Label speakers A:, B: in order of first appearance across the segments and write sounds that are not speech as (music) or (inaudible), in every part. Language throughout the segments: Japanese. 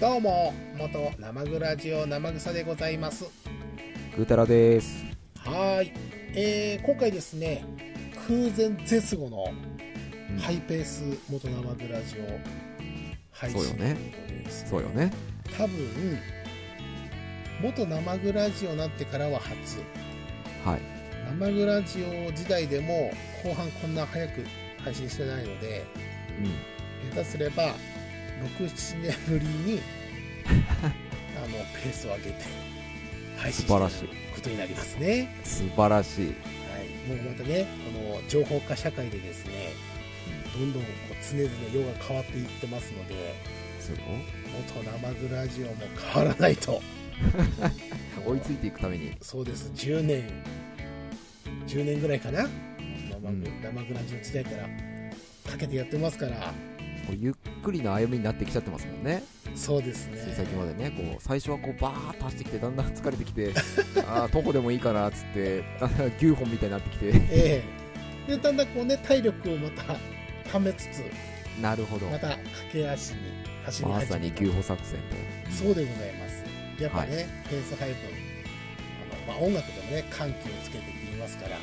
A: どうも元生グラジオ生草でございます
B: ぐーたらです。
A: はーい、えー今回ですね空前絶後の
B: うん
A: ハイペース元生グラジオ配信
B: そうよ
A: と
B: ね
A: いうことです
B: そうよね。
A: 多分元生グラジオになってからは初
B: はい。
A: 生グラジオ時代でも後半こんな早く配信してないので
B: う
A: 下手すれば67年ぶりに (laughs) あのペースを上げて配
B: ん。素
A: 信して
B: 晴
A: い
B: ら
A: く
B: しい。
A: ことになりますね、
B: 素晴らしい。
A: はい、もうまたねこの情報化社会でですねどんどんこう常々世が変わっていってますので
B: そうよ。
A: 元生グラジオも変わらないと
B: (laughs) 追いついていくために。
A: そうです10年10年ぐらいかな生,、
B: うん
A: 生グラジオ時代からかけてやってますから
B: こうゆっくりな歩みになってきちゃってますもんね。
A: そうです
B: つ
A: ね
B: い先までね、こう、最初はこう、バーッと走ってきて、だんだん疲れてき (laughs) て、ああ、徒歩でもいいかな、っつって、だんだん牛本みたいになってきて。
A: ええでだんだんこうね体力をまたためつつ
B: なるほど。
A: また駆け足に走り
B: ま
A: 始
B: さ
A: め
B: に
A: た
B: 牛歩作戦
A: そうでございますやっぱね、ペース配分あの、まあ、音楽でもね緩急をつけてって言いますから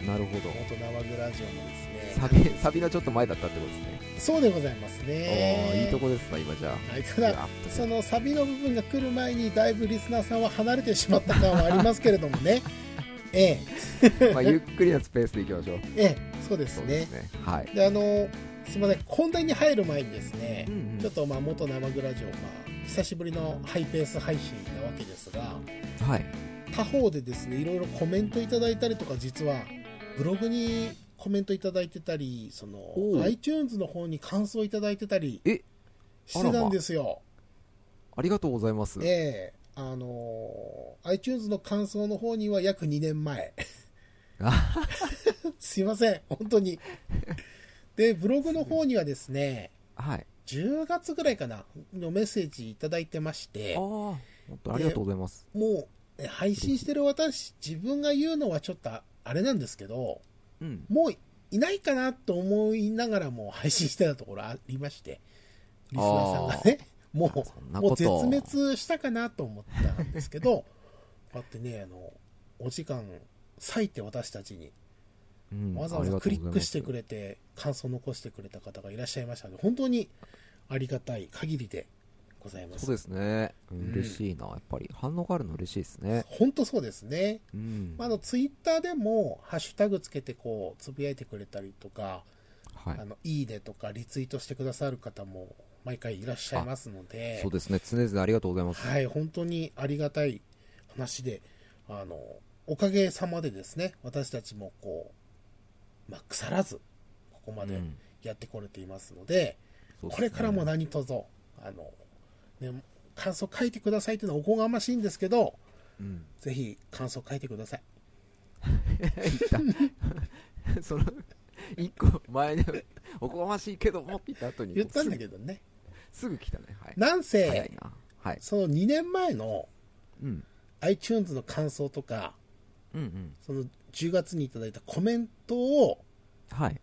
B: で。なるほど。
A: 元生グラジオもです
B: サ
A: ね
B: ビ、サビのちょっと前だったってことですね。
A: そうでございますね
B: ああ、いいとこですな、今じゃあ。
A: はいただ
B: やっと
A: そのサビの部分が来る前にだいぶリスナーさんは離れてしまった感はありますけれども
B: (laughs)
A: ねええ
B: まあ、ゆっくりなスペースでいきましょう。
A: ええそうです
B: そう
A: ね
B: ですね。はい。
A: であのすいません本題に入る前にですね、
B: うんうん
A: ちょっとまあ元生グラジオ、まあ、久しぶりのハイペース配信なわけですが
B: はい。
A: 他方でですねいろいろコメントいただいたりとか実はブログにコメントいただいてたりその
B: おう
A: iTunes の方に感想いただいてたり
B: え
A: してたんですよ、
B: ありがとうございます。
A: ええあの iTunes の感想の方には約2年前
B: (laughs) あ
A: すいません本当にでブログの方にはですね
B: はい。
A: 10月ぐらいかなのメッセージいただいてまして
B: ああ、
A: も
B: 本当ありがとうございます。
A: うえ配信してる私自分が言うのはちょっとあれなんですけど
B: うん。
A: もういないかなと思いながらも配信してたところありましてリスナーさんがねも
B: そん
A: う
B: な
A: もう
B: こと
A: 絶滅したかなと思ったんですけど (laughs) こうやってねあのお時間割いて私たちに
B: うん
A: わざわざクリックしてく。れて感想残してくれた方がいらっしゃいましたので本当にありがたい限りでござい
B: ありがとうご
A: ます
B: ざいま
A: す
B: そうですね。うん
A: うん
B: 嬉しいな。やっぱり反応があるの嬉しいですね。
A: 本当そうですね、
B: うん。
A: まあ、あのツイッターでもハッシュタグつけてこうつぶやいてくれたりとか
B: はい
A: あ。のいいねとかリツイートしてくださる方も毎回いらっしゃいますので
B: そうですね。常々ありがとうございます。
A: はい本当にありがたい話であのおかげさまでですね私たちもこう、まあ、腐らずここま
B: う
A: で
B: ん
A: やってこれていますので、
B: そうですね
A: これからも何卒あの、ね、感想書いてくださいというのはおこがましいんですけど
B: うん。 (laughs)
A: ぜひ感想書いてください
B: 言った。その、一個前に、おこがましいけどもって言った後に、
A: 言ったんだ
B: ど。
A: けどね
B: すぐ来たね。はい。
A: なん
B: 早い
A: せ
B: な。はい。
A: その2年前の
B: うん。
A: iTunes の感想とか
B: うんうん。
A: その10月にいただいたコメントを
B: はい。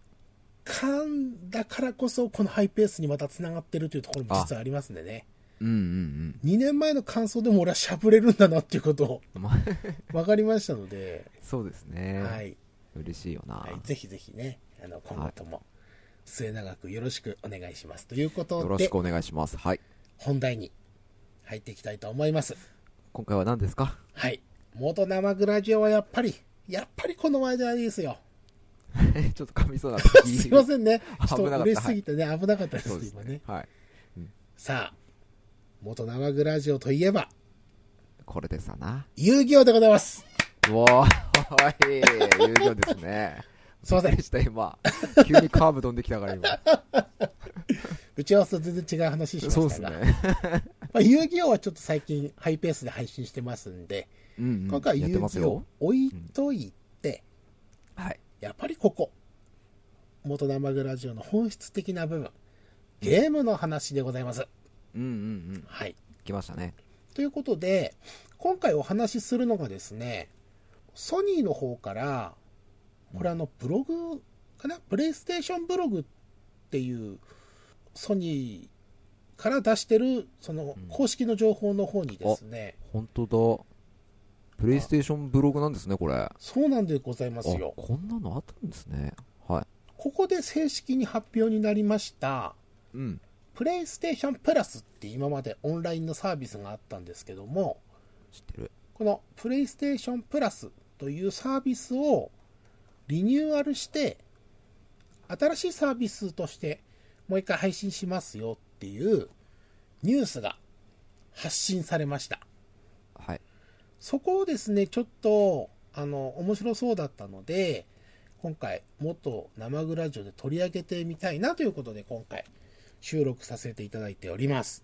A: 噛んだからこそこのハイペースにまたつながってるというところも実はありますんでね
B: うんうん
A: 2年前の感想でも俺はしゃぶれるんだなっていうことを
B: うん。まあ、
A: 分かりましたので、
B: (laughs) そうですね。
A: はい、
B: 嬉しいよな。
A: はい、ぜひぜひねあの今後とも末永くよろしくお願いしますというこ
B: よ
A: と
B: ろ
A: で
B: しくお願いします。はい。
A: 本題に入っていきたいと思います
B: 今回は何ですか (laughs)
A: はい元生グラジオはやっぱりやっぱりこの話題ですよ
B: えちょっと噛みそう
A: (laughs)
B: な
A: すいませんねちょっと
B: (laughs) 危なかった
A: 嬉しすぎてね危なかったです
B: そうです
A: 今
B: ね
A: ね
B: はい
A: さあ元生グラジオといえば
B: これでさな
A: 遊戯王でございます
B: うわーい友情ですね
A: すいません
B: びっく (laughs) りした今急にカーブ飛んできたから
A: (laughs)
B: 今
A: 打ち合わせと全然違う話しま
B: そう
A: し
B: です
A: たが、
B: ね
A: まあ、遊戯王はちょっと最近ハイペースで配信してますんで、
B: うん、うん、
A: 今回は
B: やっ
A: 遊
B: てます
A: 戯王
B: よ
A: 置いといて、
B: はい
A: やっぱりここ元生グラジオの本質的な部分ゲームの話でございます、
B: うんうんうん
A: はい、
B: 来ましたね
A: ということで今回お話しするのがですねソニーの方からこれあのブログかなプレイステーションブログっていうソニーから出してる、その
B: うん
A: 公式の情報の方にですね、
B: 本当だプレイステーションブログなんですねこれあ
A: そうなんでございますよ。
B: こんなのあったんですねは
A: ここで正式に発表になりました、
B: いうん
A: プレイステーションプラスって今までオンラインのサービスがあったんですけども、
B: 知ってる
A: このプレイステーションプラスというサービスをリニューアルして、新しいサービスとしてもう一回配信しますよっていうニュースが発信されました。
B: はい
A: そこをですね、ちょっと、あの、面白そうだったので、今回、元生グラジオで取り上げてみたいなということで、今回、収録させていただいております。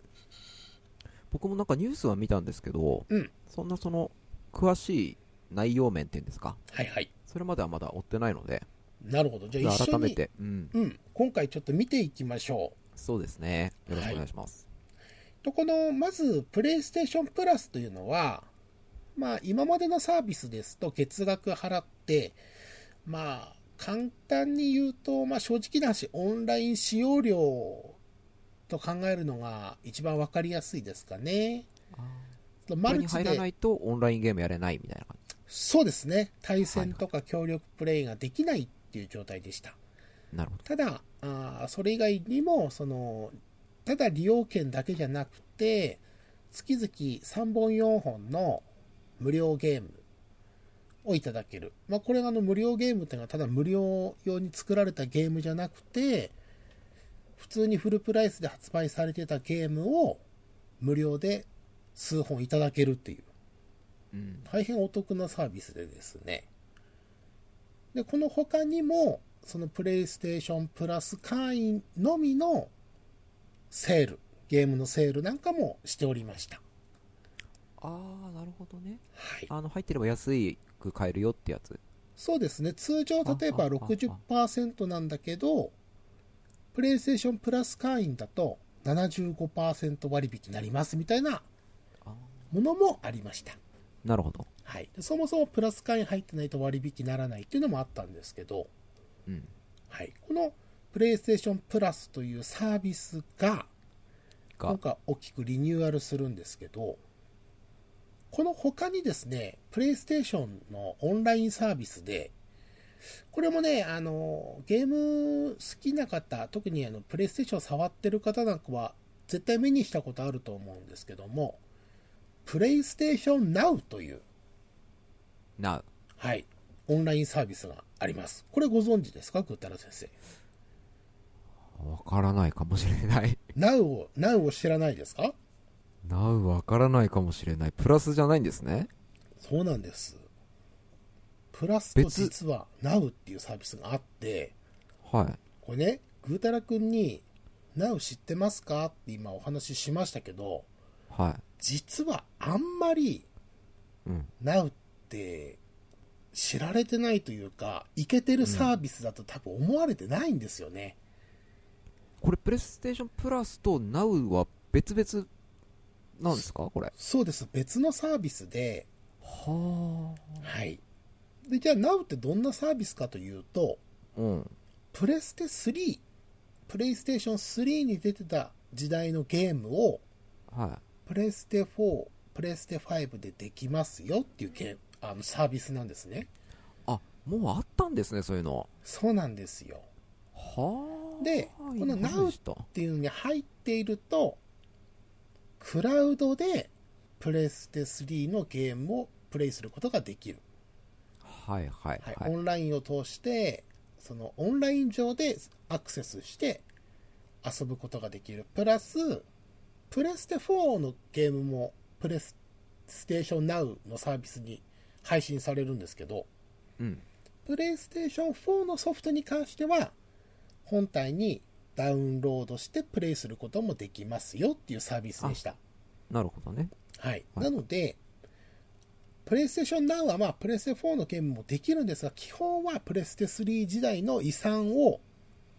B: 僕もなんかニュースは見たんですけど、
A: うん
B: そんなその詳しい内容面っていうんですか
A: はいはい。
B: それまではまだ追ってないので
A: なるほど。じゃあ一緒に、
B: 改めて、うん、
A: うん、今回ちょっと見ていきましょう。
B: そうですねよろしくお願いします、
A: と、この、まず、プレイステーションプラスというのは、まあ、今までのサービスですと、月額払って、まあ、簡単に言うと、まあ、正直な話、オンライン使用料と考えるのが一番わかりやすいですかね。
B: あーこ
A: マ
B: れ
A: ル
B: に
A: チ
B: 入らな
A: で、
B: いとオンラインゲームやれないみたいな感じ
A: そうですね、対戦とか協力プレイができないっていう状態でした。
B: なるほど
A: ただあーそれ以外にもそのただ利用券だけじゃなくて月々3本4本の無料ゲームをいただける、まあ、これがあの無料ゲームっていうのはただ無料用に作られたゲームじゃなくて普通にフルプライスで発売されてたゲームを無料で数本いただけるっていう
B: うん
A: 大変お得なサービスでですねでこの他にもそのプレイステーションプラス会員のみのセールゲームのセールなんかもしておりました
B: ああなるほどね
A: はい
B: あの入ってれば安く買えるよってやつ
A: そうですね通常例えば
B: ああ
A: 60%なんだけどプレイステーションプラス会員だと75%割引になりますみたいな
B: あ
A: ものもありました
B: ーなるほど
A: はいでそもそもプラス会員入ってないと割引にならないっていうのもあったんですけど
B: うん
A: はい、このプレイステーションプラスというサービスが
B: が
A: 今回大きくリニューアルするんですけどこの他にですねプレイステーションのオンラインサービスでこれもねあのゲーム好きな方特にあのプレイステーション触ってる方なんかは絶対目にしたことあると思うんですけどもプレイステーション Now という、
B: な
A: はい、オンラインサービスがありますこれご存知ですかぐったら先生
B: わからないかもしれない (laughs)
A: Now を、Now を知らないですか
B: なうわからないかもしれないプラスじゃないんですね
A: そうなんです。プラスと
B: 別
A: 実は Now っていうサービスがあって、
B: はい
A: これね、ぐーたらくんに Now 知ってますかって今お話ししましたけど、
B: は
A: 実はあんまり
B: いうん
A: Now って知られてないというか、いけてるサービスだと多分思われてないんですよね。
B: これプレイステーションプラスと NOW は別々なんですかこれ
A: そうです。別のサービスで、
B: は
A: はい。で、じゃあ Now ってどんなサービスかというと、
B: あうん
A: プレステ3プレイステーション3に出てた時代のゲームを
B: は
A: プレステ4プレステ5でできますよっていうゲームあのサービスなんですね
B: いあもうあったんですねそういうの
A: そうなんですよ
B: はあ
A: でこの Now
B: と
A: っていうのに入っているとクラウドでプレステ3のゲームをプレイすることができる、
B: はいはい
A: はい
B: はい
A: オンラインを通してそのオンライン上でアクセスして遊ぶことができるプラスプレステ4のゲームもプレステーション Now のサービスに配信されるんですけど
B: うん
A: プレイステーション4のソフトに関しては本体にダウンロードしてプレイすることもできますよっていうサービスでした
B: なるほどね
A: はい、
B: は
A: な
B: い
A: ので、プレイステーション Now は、まあ、プレステ4のゲームもできるんですが、基本はプレステ3時代の遺産を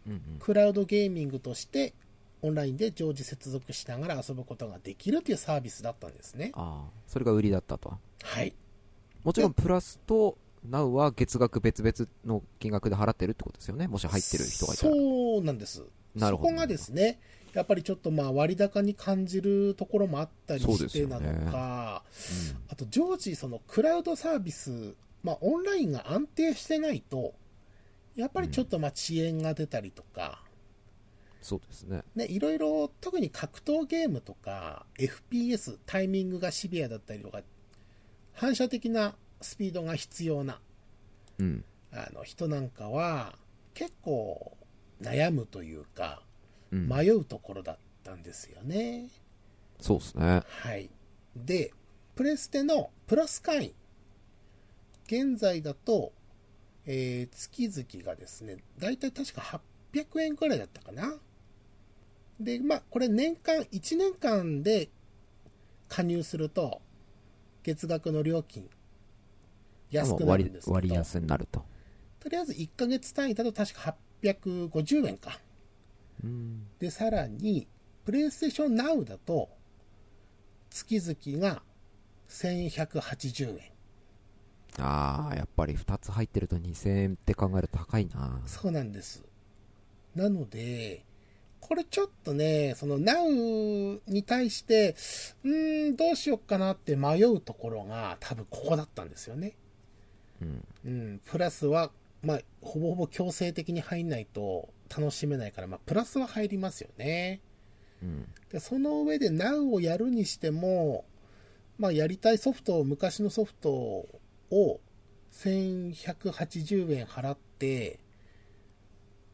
B: うんうん
A: クラウドゲーミングとして、オンラインで常時接続しながら遊ぶことができるというサービスだったんですね。
B: ああそれが売りだったと
A: はい、
B: もちろんプラスと NOW は月額別々の金額で払ってるってことですよねもし入ってる人がいたら
A: そうなんです。
B: なるほど
A: そこがですね、やっぱりちょっとまあ割高に感じるところもあったり
B: そう
A: し
B: です
A: て
B: よ
A: な
B: ね
A: のか、あと常時、そのクラウドサービス、まあ、オンラインが安定してないと、やっぱりちょっとまあ遅延が出たりとか、
B: そうですね
A: ね、いろいろ、特に格闘ゲームとか、FPS、タイミングがシビアだったりとか、反射的なスピードが必要な
B: うん
A: あの人なんかは、結構悩むというか、
B: うん
A: 迷うところだったんですよね。
B: そうですね
A: はい。で、プレステのプラス会員。現在だと、えー月々がですね、だいたい確か800円くらいだったかな。で、まあ、これ年間、1年間で加入すると、月額の料金、安くなるん
B: 割
A: ですけ
B: 割
A: ど、
B: 安になると
A: とりあえず1ヶ月単位だと確か850円か。
B: うん
A: で、さらに、プレイステーション Now だと、月々が1180円。
B: ああやっぱり2つ入ってると2000円って考えると高いな
A: そうなんです。なので、これちょっとね、その Now に対して、うーん、どうしよっかなって迷うところが多分ここだったんですよね。
B: うん
A: うん、プラスは、まあ、ほぼほぼ強制的に入んないと楽しめないから、まあ、プラスは入りますよね。
B: うん
A: でその上で Now をやるにしても、まあ、やりたいソフトを昔のソフトを1180円払って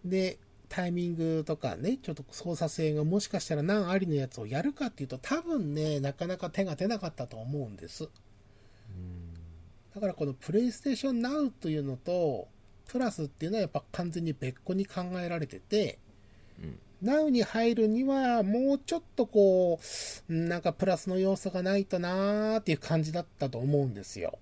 A: でタイミングとかねちょっと操作性がもしかしたら難ありのやつをやるかっていうと多分ねなかなか手が出なかったと思うんですだからこのプレイステーション Now というのとプラスっていうのはやっぱ完全に別個に考えられてて、ナウに入るには、もうちょっとこう、なんかプラスの要素がないとなーっていう感じだったと思うんですよ。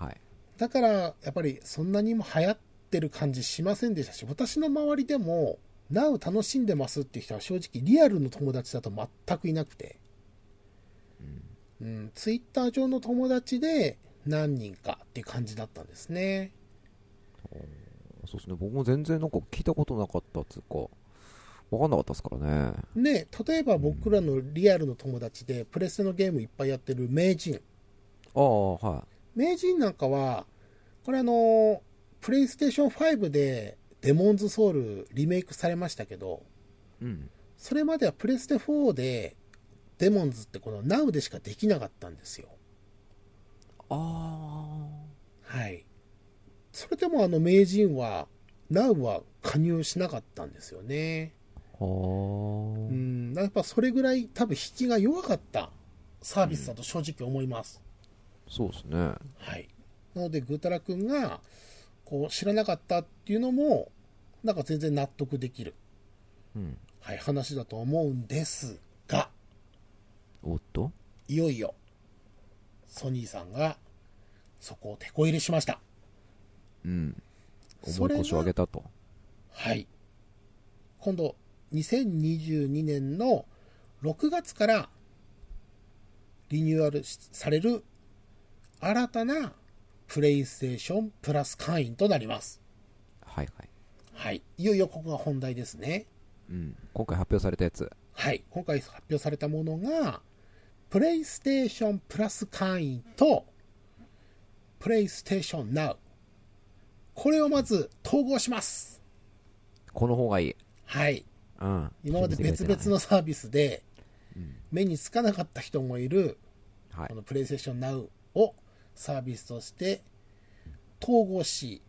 B: はい
A: だから、やっぱりそんなにも流行ってる感じしませんでしたし、私の周りでも、ナウ楽しんでますっていう人は正直リアルの友達だと全くいなくて、うん、ツイッター上の友達で何人かっていう感じだったんですね。
B: そうですね僕も全然なんか聞いたことなかったっつうか分かんなかったですからね
A: ね、例えば僕らのリアルの友達でプレステのゲームいっぱいやってる名人。
B: ああは
A: 名人なんかは、これあの、プレイステーション5でデモンズソウルリメイクされましたけど、
B: いうん
A: それまではプレステ4でデモンズってこの Now でしかできなかったんですよ。
B: あ
A: はい。それでもあの名人は、Now は加入しなかったんですよね。
B: あは
A: う
B: あ
A: ん、やっぱそれぐらい多分引きが弱かったサービスだと正直思います。
B: そうですね
A: はい、なので、ぐーたらくんがこう知らなかったっていうのも、なんか全然納得できる、
B: うん
A: はい、話だと思うんですが、
B: おっと
A: いよいよ、ソニーさんがそこを手こ入れしました。
B: うん
A: そ
B: 重
A: れ
B: い
A: が
B: 腰を上げたと
A: はい、今度、2022年の6月からリニューアルしされる新たなプレイステーションプラス会員となります。
B: はいはい
A: はい、いよいよここが本題ですね。
B: うん今回発表されたやつ
A: はい、今回発表されたものが、プレイステーションプラス会員と、プレイステーション Now。これをまず統合します。
B: この方がいい
A: はい、
B: うん
A: 今まで別々のサービスで、目につかなかった人もいる、
B: はい
A: このプレイステーション Now をサービスとして統合し、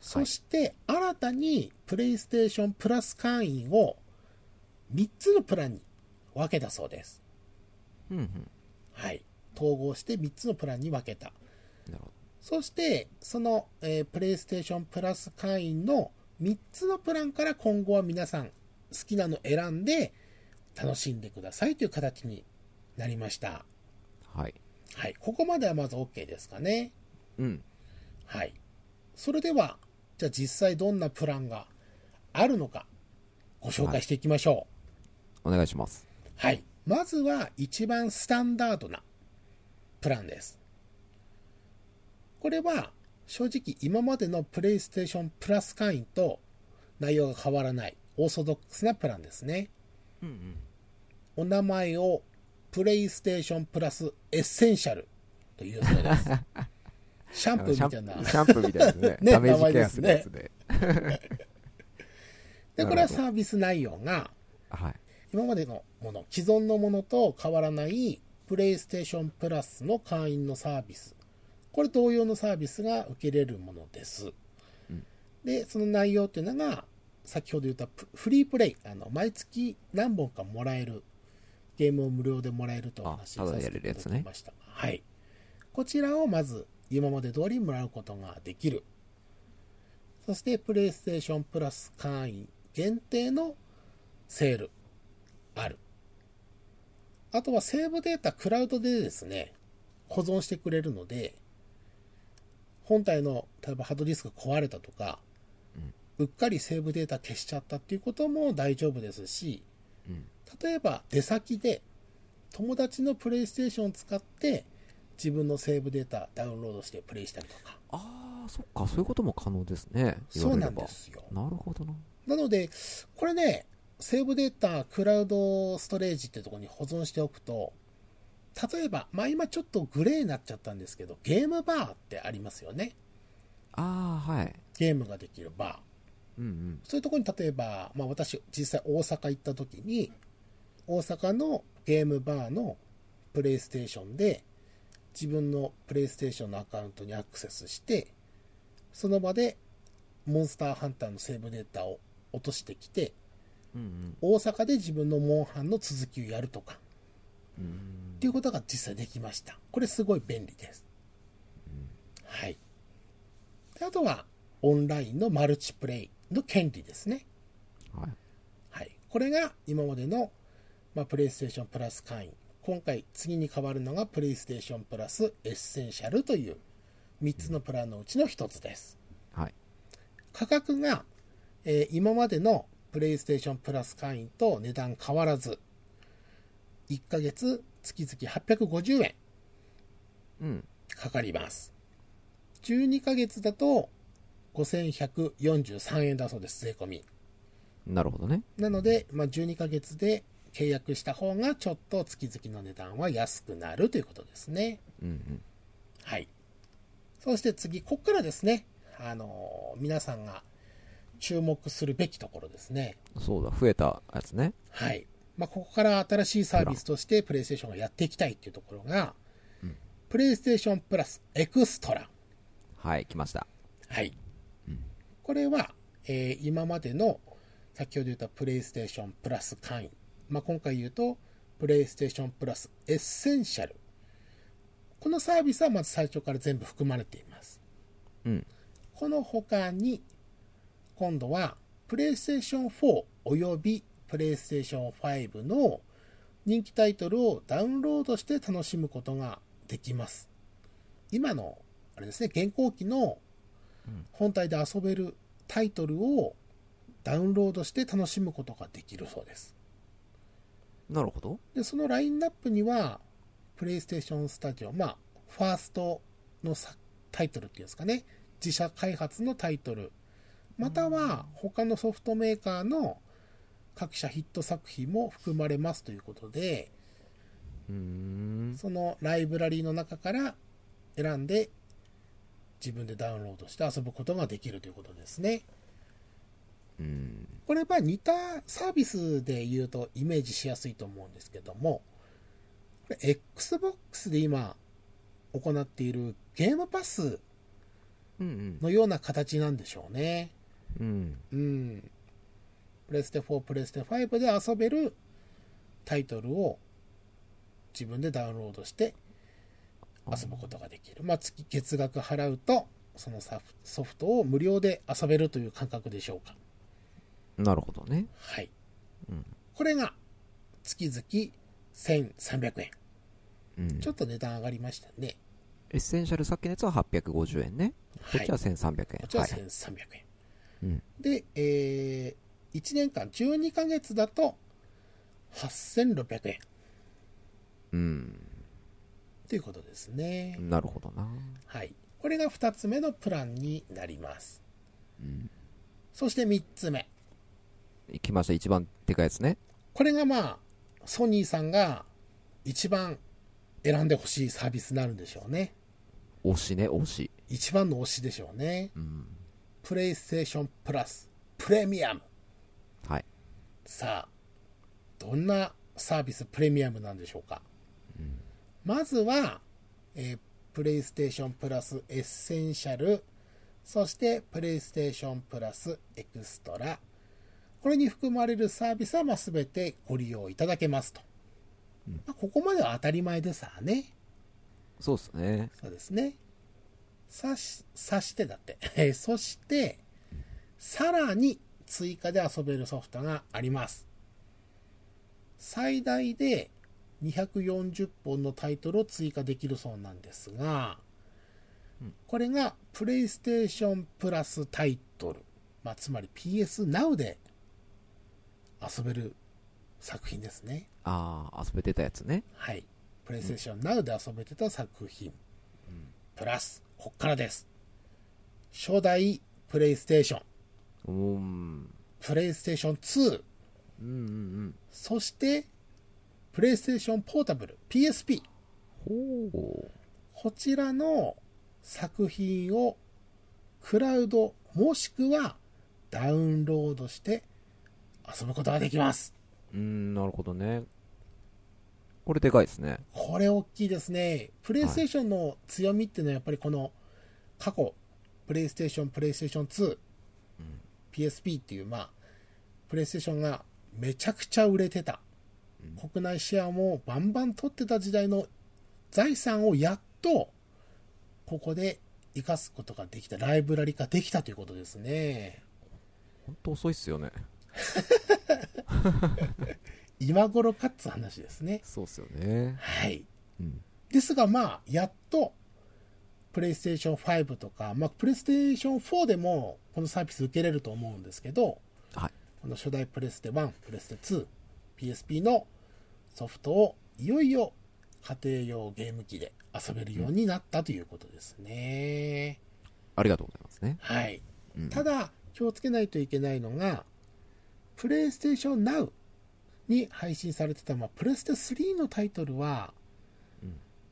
A: そして新たにプレイステーションプラス会員を3つのプランに分けたそうです。
B: うんうん
A: はい、統合して3つのプランに分けた。
B: なるほど
A: そして、その、えープレイステーションプラス会員の3つのプランから今後は皆さん好きなの選んで楽しんでくださいという形になりました。
B: はい
A: はい、ここまではまず OK ですかね。
B: うん
A: はい。それでは、じゃあ実際どんなプランがあるのかご紹介していきましょ
B: お願いします
A: う。はい。まずは一番スタンダードなプランです。これは正直今までのプレイステーションプラス会員と内容が変わらないオーソドックスなプランですね。
B: うんうん
A: お名前をプレイステーションプラスエッセンシャルというそう
B: (laughs)
A: です。シャンプーみたいな
B: あの。シャンプーシャンプーみたいですね
A: (laughs) ね
B: ダメージケアするやつで
A: で、
B: なるほど
A: これはサービス内容が、
B: はい
A: 今までのもの、既存のものと変わらない、プレイステーションプラスの会員のサービス。これ同様のサービスが受けれるものです。
B: うん
A: で、その内容っていうのが、先ほど言ったプフリープレイ、あの毎月何本かもらえる、ゲームを無料でもらえるとお話し
B: あ
A: さ
B: ただ
A: せ
B: や
A: て
B: れ
A: い
B: る
A: た
B: や
A: だ
B: つ
A: き
B: ね
A: ました。はい。こちらをまず、今まで通りもらうことができる。そして、プレイステーションプラス会員限定のセール、ある。あとはセーブデータ、クラウドでですね、保存してくれるので、本体の、例えばハードディスク壊れたとか、うっかりセーブデータ消しちゃったっていうことも大丈夫ですし、
B: うん
A: 例えば出先で友達のプレイステーションを使って自分のセーブデータダウンロードしてプレイしたりとか
B: ああそっかそういうことも可能ですね言
A: そ
B: わ
A: うな
B: れれ
A: ん
B: ば
A: ですよ
B: なるほどな
A: なのでこれねセーブデータクラウドストレージってところに保存しておくと例えば、まあ、今ちょっとグレーになっちゃったんですけどゲームバーってありますよね
B: ああはい
A: ゲームができるバー
B: うんうん
A: そういうところに例えば、まあ、私、実際大阪行った時に、大阪のゲームバーのプレイステーションで、自分のプレイステーションのアカウントにアクセスして、その場でモンスターハンターのセーブデータを落としてきて、
B: うん
A: 大阪で自分のモンハンの続きをやるとか、
B: うんうん
A: っていうことが実際できました。これすごい便利です。はい。であとは、オンラインのマルチプレイの権利ですね。
B: はい
A: はい、これが今までの、まあ、プレイステーションプラス会員今回次に変わるのがプレイステーションプラスエッセンシャルという3つのプランのうちの1つです
B: はい
A: 価格が、えー今までのプレイステーションプラス会員と値段変わらず1ヶ月月々850円
B: うん
A: かかります12ヶ月だと5143円だそうです税込み
B: なるほどね
A: なので、まあ、12ヶ月で契約した方がちょっと月々の値段は安くなるということですね。
B: うんうん
A: はい。そして次、ここからですね、あのー皆さんが注目するべきところですね。
B: そうだ増えたやつね
A: はい。まあ、ここから新しいサービスとしてプレイステーションがやっていきたいっていうところが、プレイステーションプラスエクストラ。
B: はい来ました
A: はい。これは、えー今までの先ほど言ったプレイステーションプラス会員、まあ、今回言うとプレイステーションプラスエッセンシャルこのサービスはまず最初から全部含まれています
B: うん
A: この他に今度はプレイステーション4およびプレイステーション5の人気タイトルをダウンロードして楽しむことができます今のあれですね現行機の本体で遊べるタイトルをダウンロードして楽しむことができるそうです
B: なるほど
A: でそのラインナップにはプレイステーションスタジオまあファーストのさタイトルっていうんですかね自社開発のタイトルまたは他のソフトメーカーの各社ヒット作品も含まれますということで
B: うーん
A: そのライブラリーの中から選んで自分でダウンロードして遊ぶことができるということですね
B: うん
A: これは似たサービスで言うとイメージしやすいと思うんですけども、これ Xbox で今行っているゲームパス
B: うん
A: のような形なんでしょうね。
B: うんうん
A: うん。プレステ4、プレステ5で遊べるタイトルを自分でダウンロードして遊ぶことができる。まあ、月月額払うと、そのサフソフトを無料で遊べるという感覚でしょうか。
B: なるほどね
A: はい。
B: うん
A: これが月々1300円。
B: うん
A: ちょっと値段上がりましたね。
B: エッセンシャルさっきのやつは850円ねこっちは1300
A: こっちは
B: 円
A: 1300
B: い
A: 円。
B: うん
A: で、え1年間12ヶ月だと8600円
B: うん
A: ということですね。
B: なるほどな
A: はい。これが2つ目のプランになります。
B: うん
A: そして3つ目。
B: 来ました一番でかいやつね
A: これがまあ、ソニーさんが一番選んでほしいサービスになるんでしょうね。
B: 推しね推し
A: 一番の推しでしょうね。
B: うん
A: プレイステーションプラス、プレミアム。
B: はい
A: さあ、どんなサービスプレミアムなんでしょうか。まずは、えー、プレイステーションプラスエッセンシャル、そしてプレイステーションプラスエクストラ。これに含まれるサービスは、まあ、全てご利用いただけますと。まあ、ここまでは当たり前ですわね。
B: そうっすね
A: そうですね。さし、さしてだって。 (laughs) えーそして、さらに追加で遊べるソフトがあります。最大で240本のタイトルを追加できるそうなんですが、これが PlayStation プラスタイトル、まあ、つまり PS Now で遊べる作品ですね。
B: ああ遊べてたやつね
A: はい。プレイステーション Now で遊べてた作品。プラス、こっからです。初代プレイステーション、
B: うーん
A: プレイステーション2、
B: うんうんうん
A: そして、プレイステーションポータブル、PSP。
B: ほ
A: こちらの作品をクラウドもしくはダウンロードして遊ぶことができます。
B: ううーんなるほどねこれでかいですね
A: これ大きいですね。プレイステーションの強みっていうのはやっぱりこの過去、プレイステーション、プレイステーション2、PSP っていう、まあ、プレイステーションがめちゃくちゃ売れてた。国内シェアもバンバン取ってた時代の財産をやっと、ここで生かすことができた、ライブラリ化できたということですね。
B: ほんと遅いっすよね
A: 今頃かっつう話ですね。
B: そうっすよね
A: はい。
B: うん
A: ですが、まあ、やっと、プレイステーション5とか、まあ、プレイステーション4でも、このサービス受けれると思うんですけど、
B: はい
A: この初代プレステ1、プレステ2、PSP のソフトを、いよいよ家庭用ゲーム機で遊べるようになったということですね。
B: ありがとうございますね
A: はい。
B: うん
A: ただ、気をつけないといけないのが、プレイステーション Now に配信されてた、まあ、プレステ3のタイトルは、
B: うん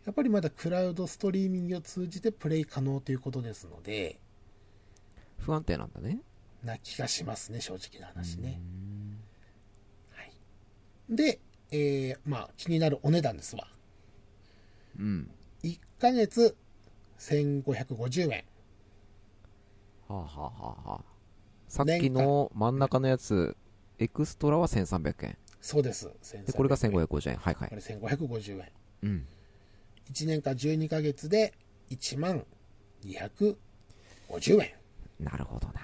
A: やっぱりまだクラウドストリーミングを通じてプレイ可能ということですので、
B: 不安定なんだね
A: な気がしますね、正直な話ね。
B: うーん
A: はい、で、えーまあ、気になるお値段ですわ。
B: うん
A: 1ヶ月1550円。
B: はあ、はあはあはあ、さっきの真ん中のやつ、エクストラは1300円。
A: そうです。1300
B: で、これが
A: こ
B: 1550円。はいはい
A: れ。1550円。
B: うん。
A: 1年間12ヶ月で1万250円。
B: なるほどな。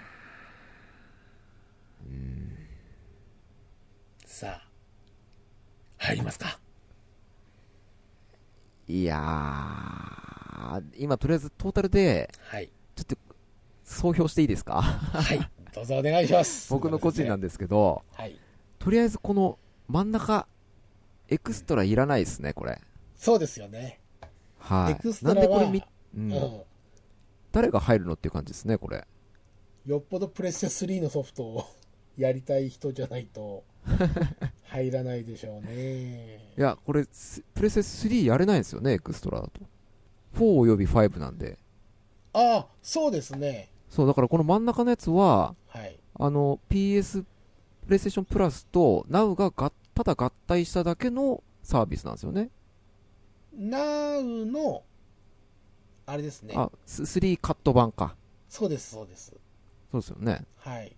A: さあ、入りますか。
B: いやー、今とりあえずトータルで、
A: はい。
B: ちょっと、総評していいです (laughs) か
A: はい。どうぞお願いします。
B: (laughs) 僕の個人なん
A: で。
B: ですけど、
A: はい。
B: とりあえずこの真ん中、エクストラいらないですね、これ。
A: そうですよね。
B: はい。
A: エクストラは
B: なんでこれみ、う。
A: うんん。
B: 誰が入るのっていう感じですね、これ。
A: よっぽどプレステ3のソフトを (laughs) やりたい人じゃないと入らないでしょうね。
B: いや、これ、すプレセス3やれないんですよね、エクストラだと。4および5なんで。
A: ああ、そうですね。
B: そう、だからこの真ん中のやつは、
A: はい。
B: あの、PS、プレイステーションプラスと Now ががただ合体しただけのサービスなんですよね。
A: Now の、あれですね。
B: あ、す3カット版か。
A: そうです、そうです。
B: そうですよね。だか
A: はい。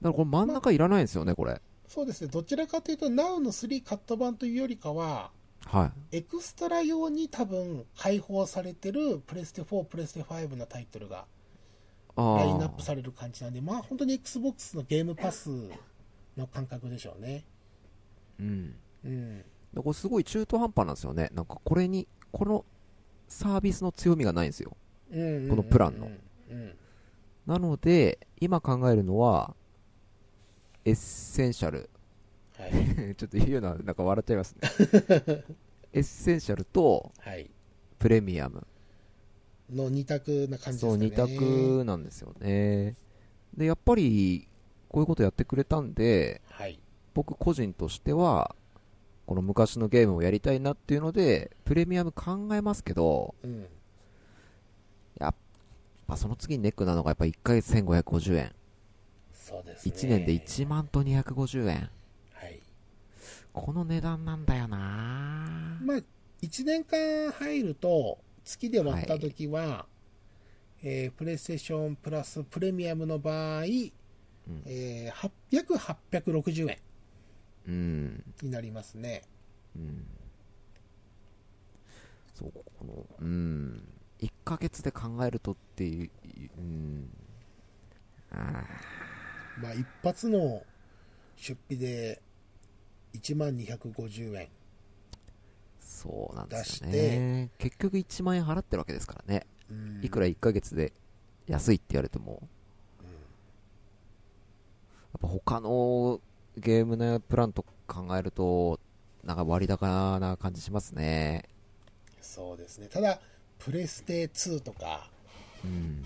B: らこれ真ん中いらないんですよね、これ。
A: そうですね。どちらかというと Now の3カット版というよりかは、
B: はい。
A: エクストラ用に多分解放されてるプレステ4、プレステ5のタイトルが
B: あ
A: ラインナップ
B: あ。
A: される感じなんで、まあ本当に XBOX のゲームパスの感覚でしょうね。
B: うん。だ
A: うん。
B: からこれすごい中途半端なんですよね。なんかこれに、このサービスの強みがないんですよ。
A: うんうんうんうん
B: このプランの。
A: うん。
B: なので、今考えるのは、エッセンシャル。 (laughs)
A: はい。
B: ちょっと言うのはなんか笑っちゃいま
A: (laughs)
B: すね。エッセンシャルと
A: はい。
B: プレミアム。
A: の二択な感じです
B: そ
A: か
B: う、
A: ね。
B: 二択なんですよね。で、やっぱり、こういうことやってくれたんで、
A: はい。
B: 僕個人としてはこの昔のゲームをやりたいなっていうのでプレミアム考えますけど、
A: うん。
B: まあ、その次にネックなのがやっぱ1回1550円
A: そうですね。
B: 1年で1万と250円
A: はい。
B: この値段なんだよな
A: まあ、1年間入ると、月で割ったときは、えープレイステーションプラスプレミアムの場合、
B: うん
A: えーは約860円
B: うん
A: になりますね。
B: うんそうこのうん1ヶ月で考えるとっていううんあ
A: まあ、一発の出費で1万250円。
B: ーそうなんですよ
A: 出
B: ね結局1万円払ってるわけですからね
A: うん
B: いくら1ヶ月で安いって言われてもやっぱ他のゲームのプランと考えるとなんか割高な感じしますね
A: そうですね。ただ、プレステ2とか、
B: うん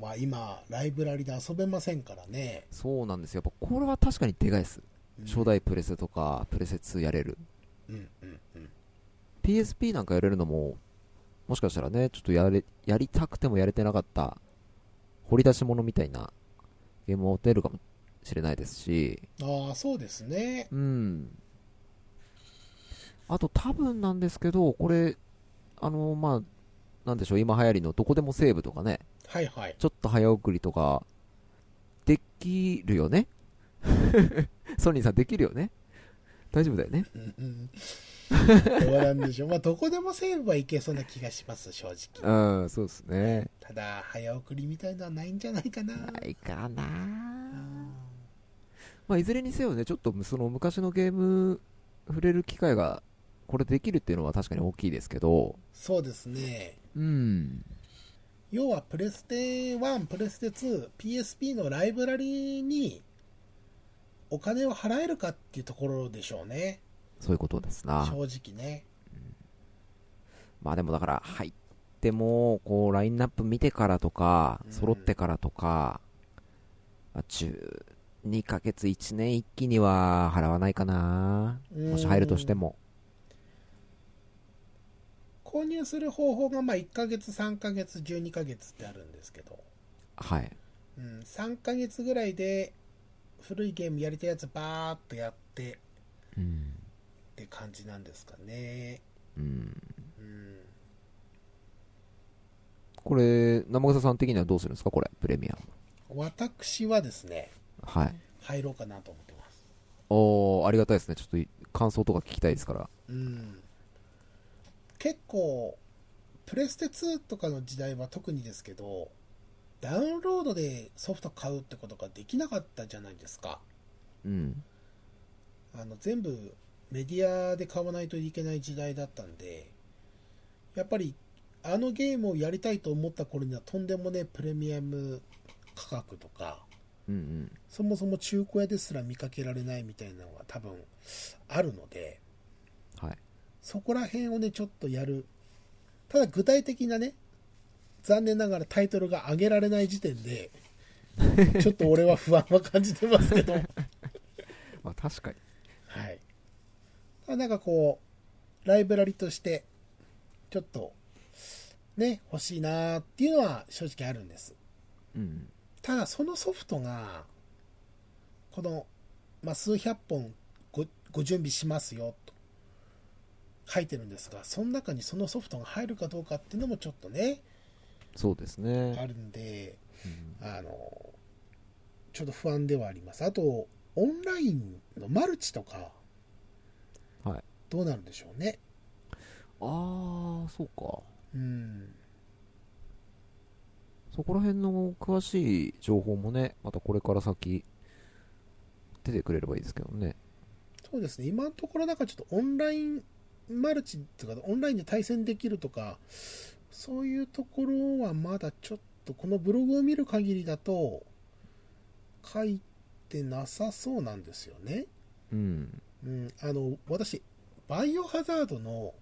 A: まあ今、ライブラリで遊べませんからね。
B: そうなんですよやっぱこれは確かにでかいです
A: うん
B: 初代プレセとかプレセ2やれる
A: うんうんうん。
B: PSP なんかやれるのももしかしたらねちょっとやれやりたくてもやれてなかった掘り出し物みたいなゲームも出るかもしれないですし
A: ああ、そうですね。
B: うんあと多分なんですけどこれあのまあなんでしょう今流行りのどこでもセーブとかね
A: はいはい。
B: ちょっと早送りとかできるよね (laughs) ソニーさんできるよね大丈夫だよね
A: うんうん。どうなんでしょう。まあ、どこでもセーブはいけそうな気がします、正直。
B: うんそうですね
A: ただ、早送りみたいのはないんじゃないかな。
B: ないかな
A: うん
B: まあ、いずれにせよね、ちょっとその昔のゲーム触れる機会がこれできるっていうのは確かに大きいですけど、
A: そうですね。
B: うん、
A: 要は、プレステ1、プレステ2、PSP のライブラリに、お金を払えるかっていうところでしょうね。
B: そういうことですな。
A: 正直ね。
B: まあでもだから入っても、こうラインナップ見てからとか
A: う、ん
B: 揃ってからとか、まあ、12ヶ月1年一気には払わないかな。もし入るとしても。
A: 購入する方法がまあ1ヶ月、3ヶ月、12ヶ月ってあるんですけど、
B: はい。
A: うん、3ヶ月ぐらいで古いゲームやりたいやつバーっとやって
B: うん。
A: って感じなんですかね。
B: うん。
A: うん、
B: これ、生草さん的にはどうするんですかこれ、プレミアム。
A: 私はですね、
B: はい。
A: 入ろうかなと思ってます。
B: おー、ありがたいですね。ちょっとい感想とか聞きたいですから。
A: うん、結構、プレステ2とかの時代は特にですけど、ダウンロードでソフト買うってことができなかったじゃないですか。
B: うん。
A: あの全部メディアで買わないといけない時代だったんで、やっぱりあのゲームをやりたいと思った頃にはとんでもねえプレミアム価格とか、
B: うんうん。
A: そもそも中古屋ですら見かけられないみたいなのが多分あるので、
B: はい。
A: そこら辺をね、ちょっとやる。ただ具体的なね、残念ながらタイトルが上げられない時点
B: (laughs)
A: で、ちょっと俺は不安は感じてますけど。
B: まあ確かに。
A: はい。ただなんかこう、ライブラリとして、ちょっと、ね、欲しいなーっていうのは正直あるんです。
B: うん。
A: ただそのソフトが、この、まあ、数百本ごご準備しますよと書いてるんですが、その中にそのソフトが入るかどうかっていうのもちょっとね、
B: そうです
A: あ
B: ね。
A: るんで、
B: うん
A: あの、ちょっと不安ではあります。あと、オンラインのマルチとか、
B: はい。
A: どうなるんでしょうね。
B: あー、そうか。
A: うん、
B: そこら辺の詳しい情報もね、またこれから先、出てくれればいいですけどね。
A: そうですね、今のところ、なんかちょっとオンラインマルチとか、オンラインで対戦できるとか、そういうところはまだちょっと、このブログを見る限りだと、書いてなさそうなんですよね。
B: うん。
A: うん、あの私、バイオハザードの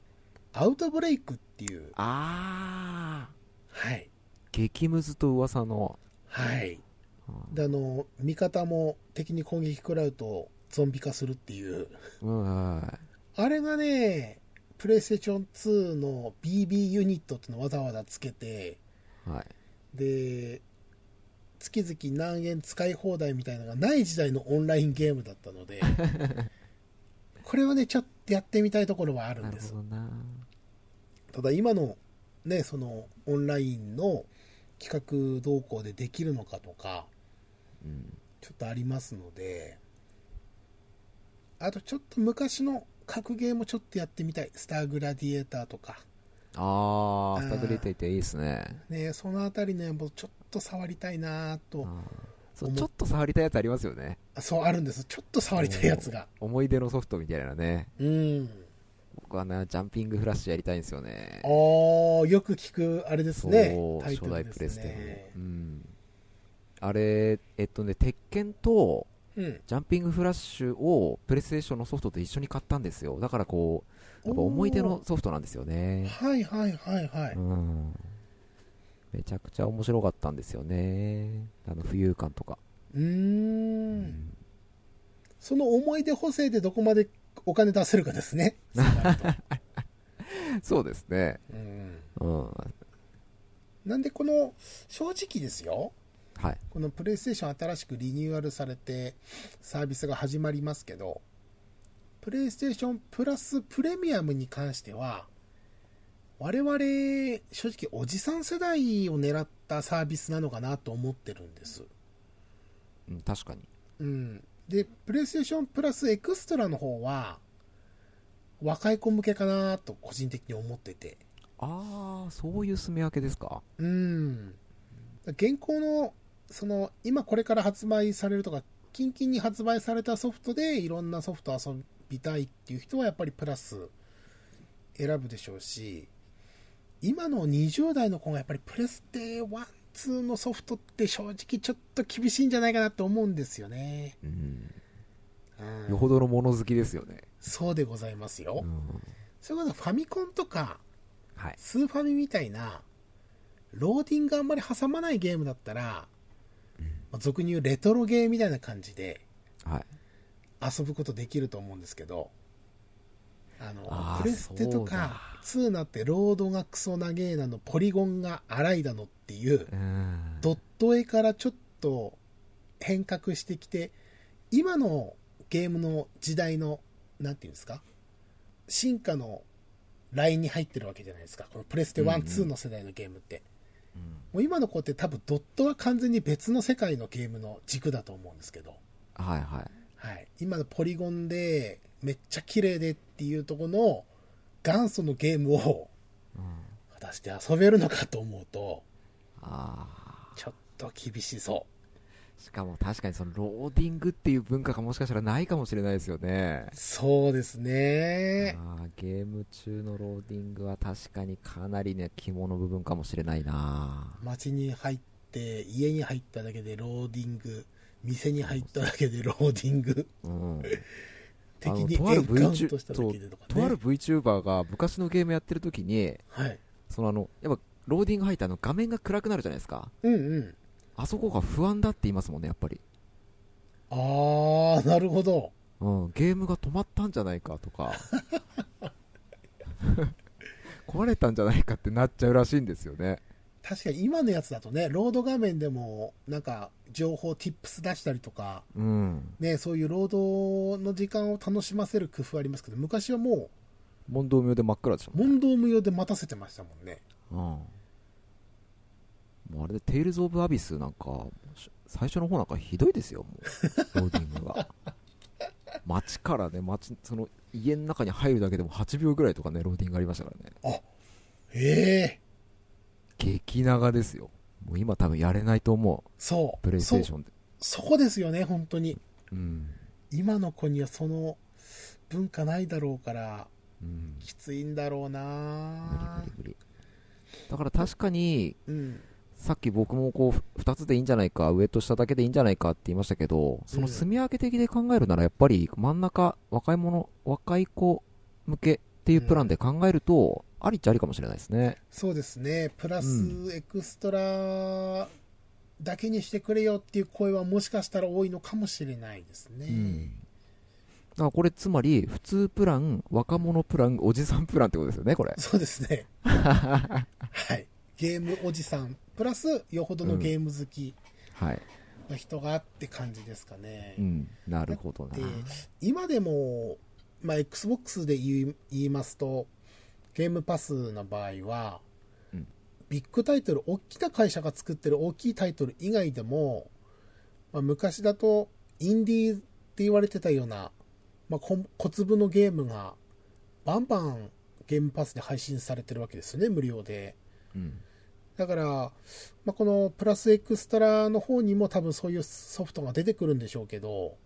A: アウトブレイクっていう、
B: あ
A: はい、
B: ー、激ムズと噂の、
A: はい、
B: うん
A: であの味方も敵に攻撃食らうとゾンビ化するっていう。
B: うん、は
A: あれがね、プレイステーション2の BB ユニットってのをわざわざつけて、
B: い。はい。
A: で、月々何円使い放題みたいなのがない時代のオンラインゲームだったので、これはね、ちょっとやってみたいところはあるん
B: なる
A: です
B: ほ。どな。
A: ただ今のねそのオンラインの企画動向でできるのかとか
B: うん。
A: ちょっとありますのであとちょっと昔の格ゲーもちょっとやってみたいスターグラディエーターとか
B: あ
A: あー
B: ー、スタグリートいていいですね。
A: ねそのあたりねもうちょっと触りたいな
B: あ
A: と
B: ーそうちょっと触りたいやつありますよね。
A: あそうあるんですちょっと触りたいやつが
B: 思い出のソフトみたいなね。
A: うん
B: 僕はな、ジャンピングフラッシュやりたいんですよね。
A: あーよく聞くあれです
B: そう、
A: ねタイト
B: 初代
A: ルで
B: プレス
A: す
B: テの
A: ね。
B: うん。あれ、えっとね、鉄拳と、
A: うん
B: ジャンピングフラッシュをプレイステーションのソフトと一緒に買ったんですよ。だからこう、やっぱ思い出のソフトなんですよね。
A: はいはいはいはい、
B: うん。めちゃくちゃ面白かったんですよね。あの、浮遊感とか。
A: うー
B: うん
A: その思い出補正でどこまでお金出せるかですね。
B: そうですね。
A: うん
B: うん。は
A: なんでこの、正直ですよ。
B: い。
A: このプレイステーション新しくリニューアルされてサービスが始まりますけど、プレイステーションプラスプレミアムに関しては、我々、正直おじさん世代を狙ったサービスなのかなと思ってるんです。
B: うん、確かに。
A: うん。で、プレイステーションプラスエクストラの方は、若い子向けかなと個人的に思ってて。
B: ああ、そういう住み分けですか。
A: うん。現行の、その、今これから発売されるとか、キンキンに発売されたソフトでいろんなソフト遊びたいっていう人はやっぱりプラス選ぶでしょうし、今の20代の子がやっぱりプレステ1、2のソフトって正直ちょっと厳しいんじゃないかなと思うんですよね。
B: うん。
A: うん
B: よほどの物好きですよね。
A: そうでございますよ。
B: うん。
A: それこそファミコンとか、
B: はい。
A: スーファミみたいな、ローディングあんまり挟まないゲームだったら、まあ俗に言うレトロゲーみたいな感じで
B: はい。
A: 遊ぶことできると思うんですけど、あの、
B: あー
A: プレステとか2なってロードがクソ長えなの、ポリゴンが荒いだのっていう、
B: うん。
A: ドット絵からちょっと変革してきて、今のゲームの時代の、なんていうんですか、進化のラインに入ってるわけじゃないですか、このプレステ1、
B: うんうん
A: 2の世代のゲームって。もう今の子って多分ドットは完全に別の世界のゲームの軸だと思うんですけど、
B: はいはい。
A: はい、今のポリゴンでめっちゃ綺麗でっていうところの元祖のゲームを
B: うん、
A: 果たして遊べるのかと思うと、
B: あ
A: ちょっと厳しそう。
B: ーしかも確かにそのローディングっていう文化がもしかしたらないかもしれないですよね。
A: そうですね。
B: あーゲーム中のローディングは確かにかなりね肝の部分かもしれないな
A: 街に入って家に入っただけでローディング店に入っただけでローディング
B: うん、
A: 敵
B: あの
A: にエン
B: と
A: カ
B: あ
A: ウ
B: る
A: ン
B: VTuber
A: トしただけでとかね
B: とある VTuber が昔のゲームやってる時に
A: はい
B: そのあのやっぱローディング入ったあの画面が暗くなるじゃないですか
A: うんうん
B: あそこが不安だって言いますもんねやっぱり、
A: ああなるほど
B: うん、ゲームが止まったんじゃないかとか (laughs) 壊れたんじゃないかってなっちゃうらしいんですよね
A: 確かに今のやつだとねロード画面でもなんか情報 tips 出したりとか
B: うん
A: ねそういう労働の時間を楽しませる工夫ありますけど昔はも
B: 問答無用で真っ暗でしょ
A: う問答無用で待たせてましたもんね
B: うん、もうあれで「テイルズ・オブ・アビス」なんかし最初の方なんかひどいですよもうローディングが街からね街その家の中に入るだけでも8秒ぐらいとかねローディングありましたからね
A: ええ
B: 激長ですよもう今多分やれないと思う
A: そう
B: プレイステーションで
A: そそこですよね本当に
B: うん、
A: 今の子にはその文化ないだろうから
B: うん、
A: きついんだろう
B: 無理
A: な
B: 無理無理だから確かに
A: うん
B: さっき僕もこう2つでいいんじゃないか上と下だけでいいんじゃないかって言いましたけどその住み分け的で考えるならやっぱり真ん中若い者若い子向けっていうプランで考えると、ありっちゃありかもしれないですね
A: そうですねプラス
B: う
A: エクストラだけにしてくれよっていう声はもしかしたら多いのかもしれないですね、
B: うんだからこれつまり普通プラン若者プランおじさんプランってことですよねこれ
A: そうです
B: (laughs)
A: ね。はい。ゲームおじさん、プラス、よほどのゲーム好き
B: はい、
A: な人がって感じですかね。
B: うん、なるほどな
A: で今でも、まあ、XBOX で言い言いますとゲームパスの場合は、
B: うん
A: ビッグタイトル大きな会社が作ってる大きいタイトル以外でも、まあ、昔だとインディーって言われてたような、まあ、こ小粒のゲームがバンバンゲームパスで配信されてるわけですよね無料で
B: うん
A: だから、まあ、このプラスエクストラの方にも多分そういうソフトが出てくるんでしょうけど、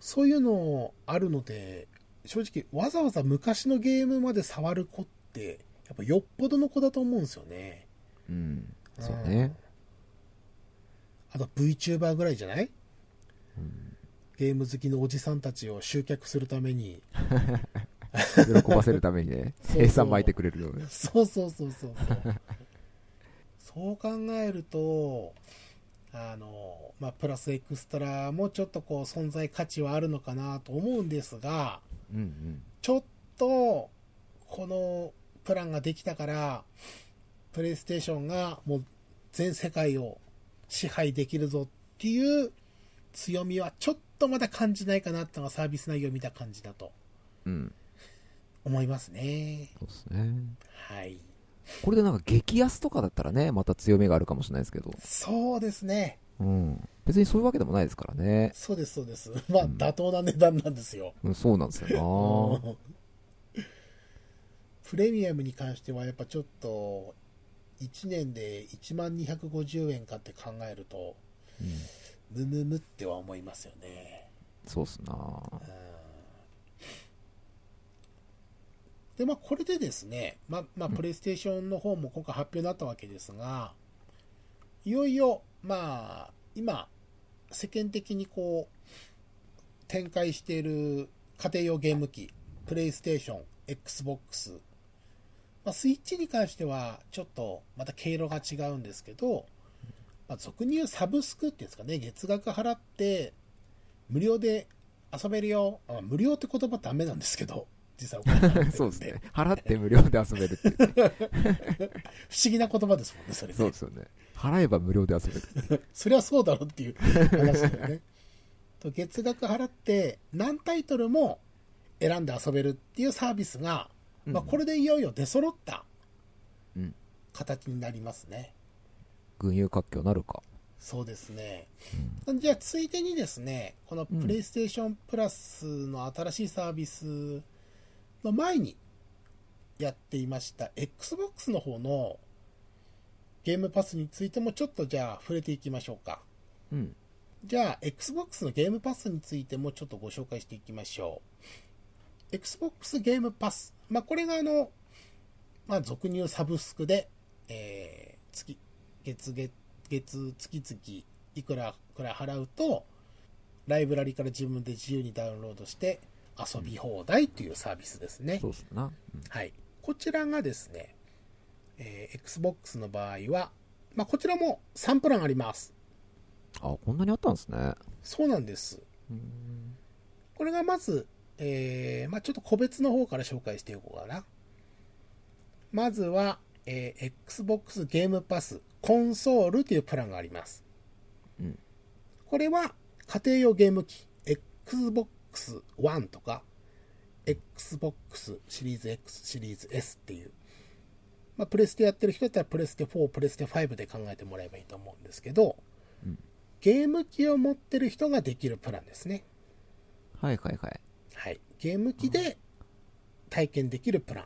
A: そういうのあるので、正直わざわざ昔のゲームまで触る子って、やっぱよっぽどの子だと思うんですよね。
B: うんそうね
A: あと VTuber ぐらいじゃない、ゲーム好きのおじさんたちを集客するために。
B: 喜ばせるためにね
A: (laughs) そうそう
B: 生産巻いてくれるよね
A: そうそうそうそうそう。そう考えると、あの、まあ、プラスエクストラもちょっとこう存在価値はあるのかなと思うんですが、
B: うんうん
A: ちょっと、このプランができたから、プレイステーションがもう全世界を支配できるぞっていう強みはちょっとまだ感じないかなってのがサービス内容を見た感じだと
B: うん
A: 思いますね。
B: そうですね
A: はい。
B: これでなんか激安とかだったらねまた強みがあるかもしれないですけど
A: そうですね。
B: うん別にそういうわけでもないですからね
A: そうです、そうです。 (laughs) まあ、妥当な値段なんですよ。
B: うんそうなんですよな
A: (laughs) プレミアムに関しては、やっぱちょっと、1年で1万250円かって考えると、
B: うん
A: ムムムっては思いますよね。
B: そうっすな (laughs)
A: うんで、まあ、これでですね、まあ、まあ、プレイステーションの方も今回発表になったわけですが、いよいよ、まあ、今、世間的にこう、展開している家庭用ゲーム機、プレイステーション、Xbox、まあ、スイッチに関しては、ちょっとまた経路が違うんですけど、まあ、俗に言うサブスクっていうんですかね、月額払って、無料で遊べるよ、あ無料って言葉ダメなんですけど、実はお金払ってるん
B: (laughs) そうですね払って無料で遊べ
A: (laughs)
B: るっていうね
A: 不思議な言葉ですもんね、それね。
B: そうですよね払えば無料で遊べる
A: そりゃそうだろうっていう話だよね。 (laughs) と月額払って何タイトルも選んで遊べるっていうサービスが、まあ、これでいよいよ出揃った
B: うん
A: 形になりますね。
B: 群雄割拠なるか
A: そうですね。じゃあ、ついでにですね、このプレイステーションプラスの新しいサービスの前にやっていました、Xbox の方のゲームパスについてもちょっとじゃあ触れていきましょうか。
B: うん
A: じゃあ、Xbox のゲームパスについてもちょっとご紹介していきましょう。Xbox ゲームパス。まあ、これがあの、まあ、俗に言うサブスクで、えー月、月、月、月、月々、いくらくらい払うと、ライブラリから自分で自由にダウンロードして遊び放題というサービスですね。
B: そうっすなうん
A: はい。こちらがですね、えー Xbox の場合は、まあ、こちらも3プランあります。
B: あこんなにあったんですね
A: そうなんです。
B: うん
A: これがまず、えーまあ、ちょっと個別の方から紹介していこうかな。まずは、えー Xbox ゲームパスコンソールというプランがあります。
B: うん
A: これは家庭用ゲーム機 Xbox One とか Xbox シリーズ X シリーズ S っていう、まあ、プレステやってる人だったらプレステ4プレステ5で考えてもらえばいいと思うんですけど、
B: うん
A: ゲーム機を持ってる人ができるプランですね。
B: はいはいはい
A: はい、ゲーム機で体験できるプラン、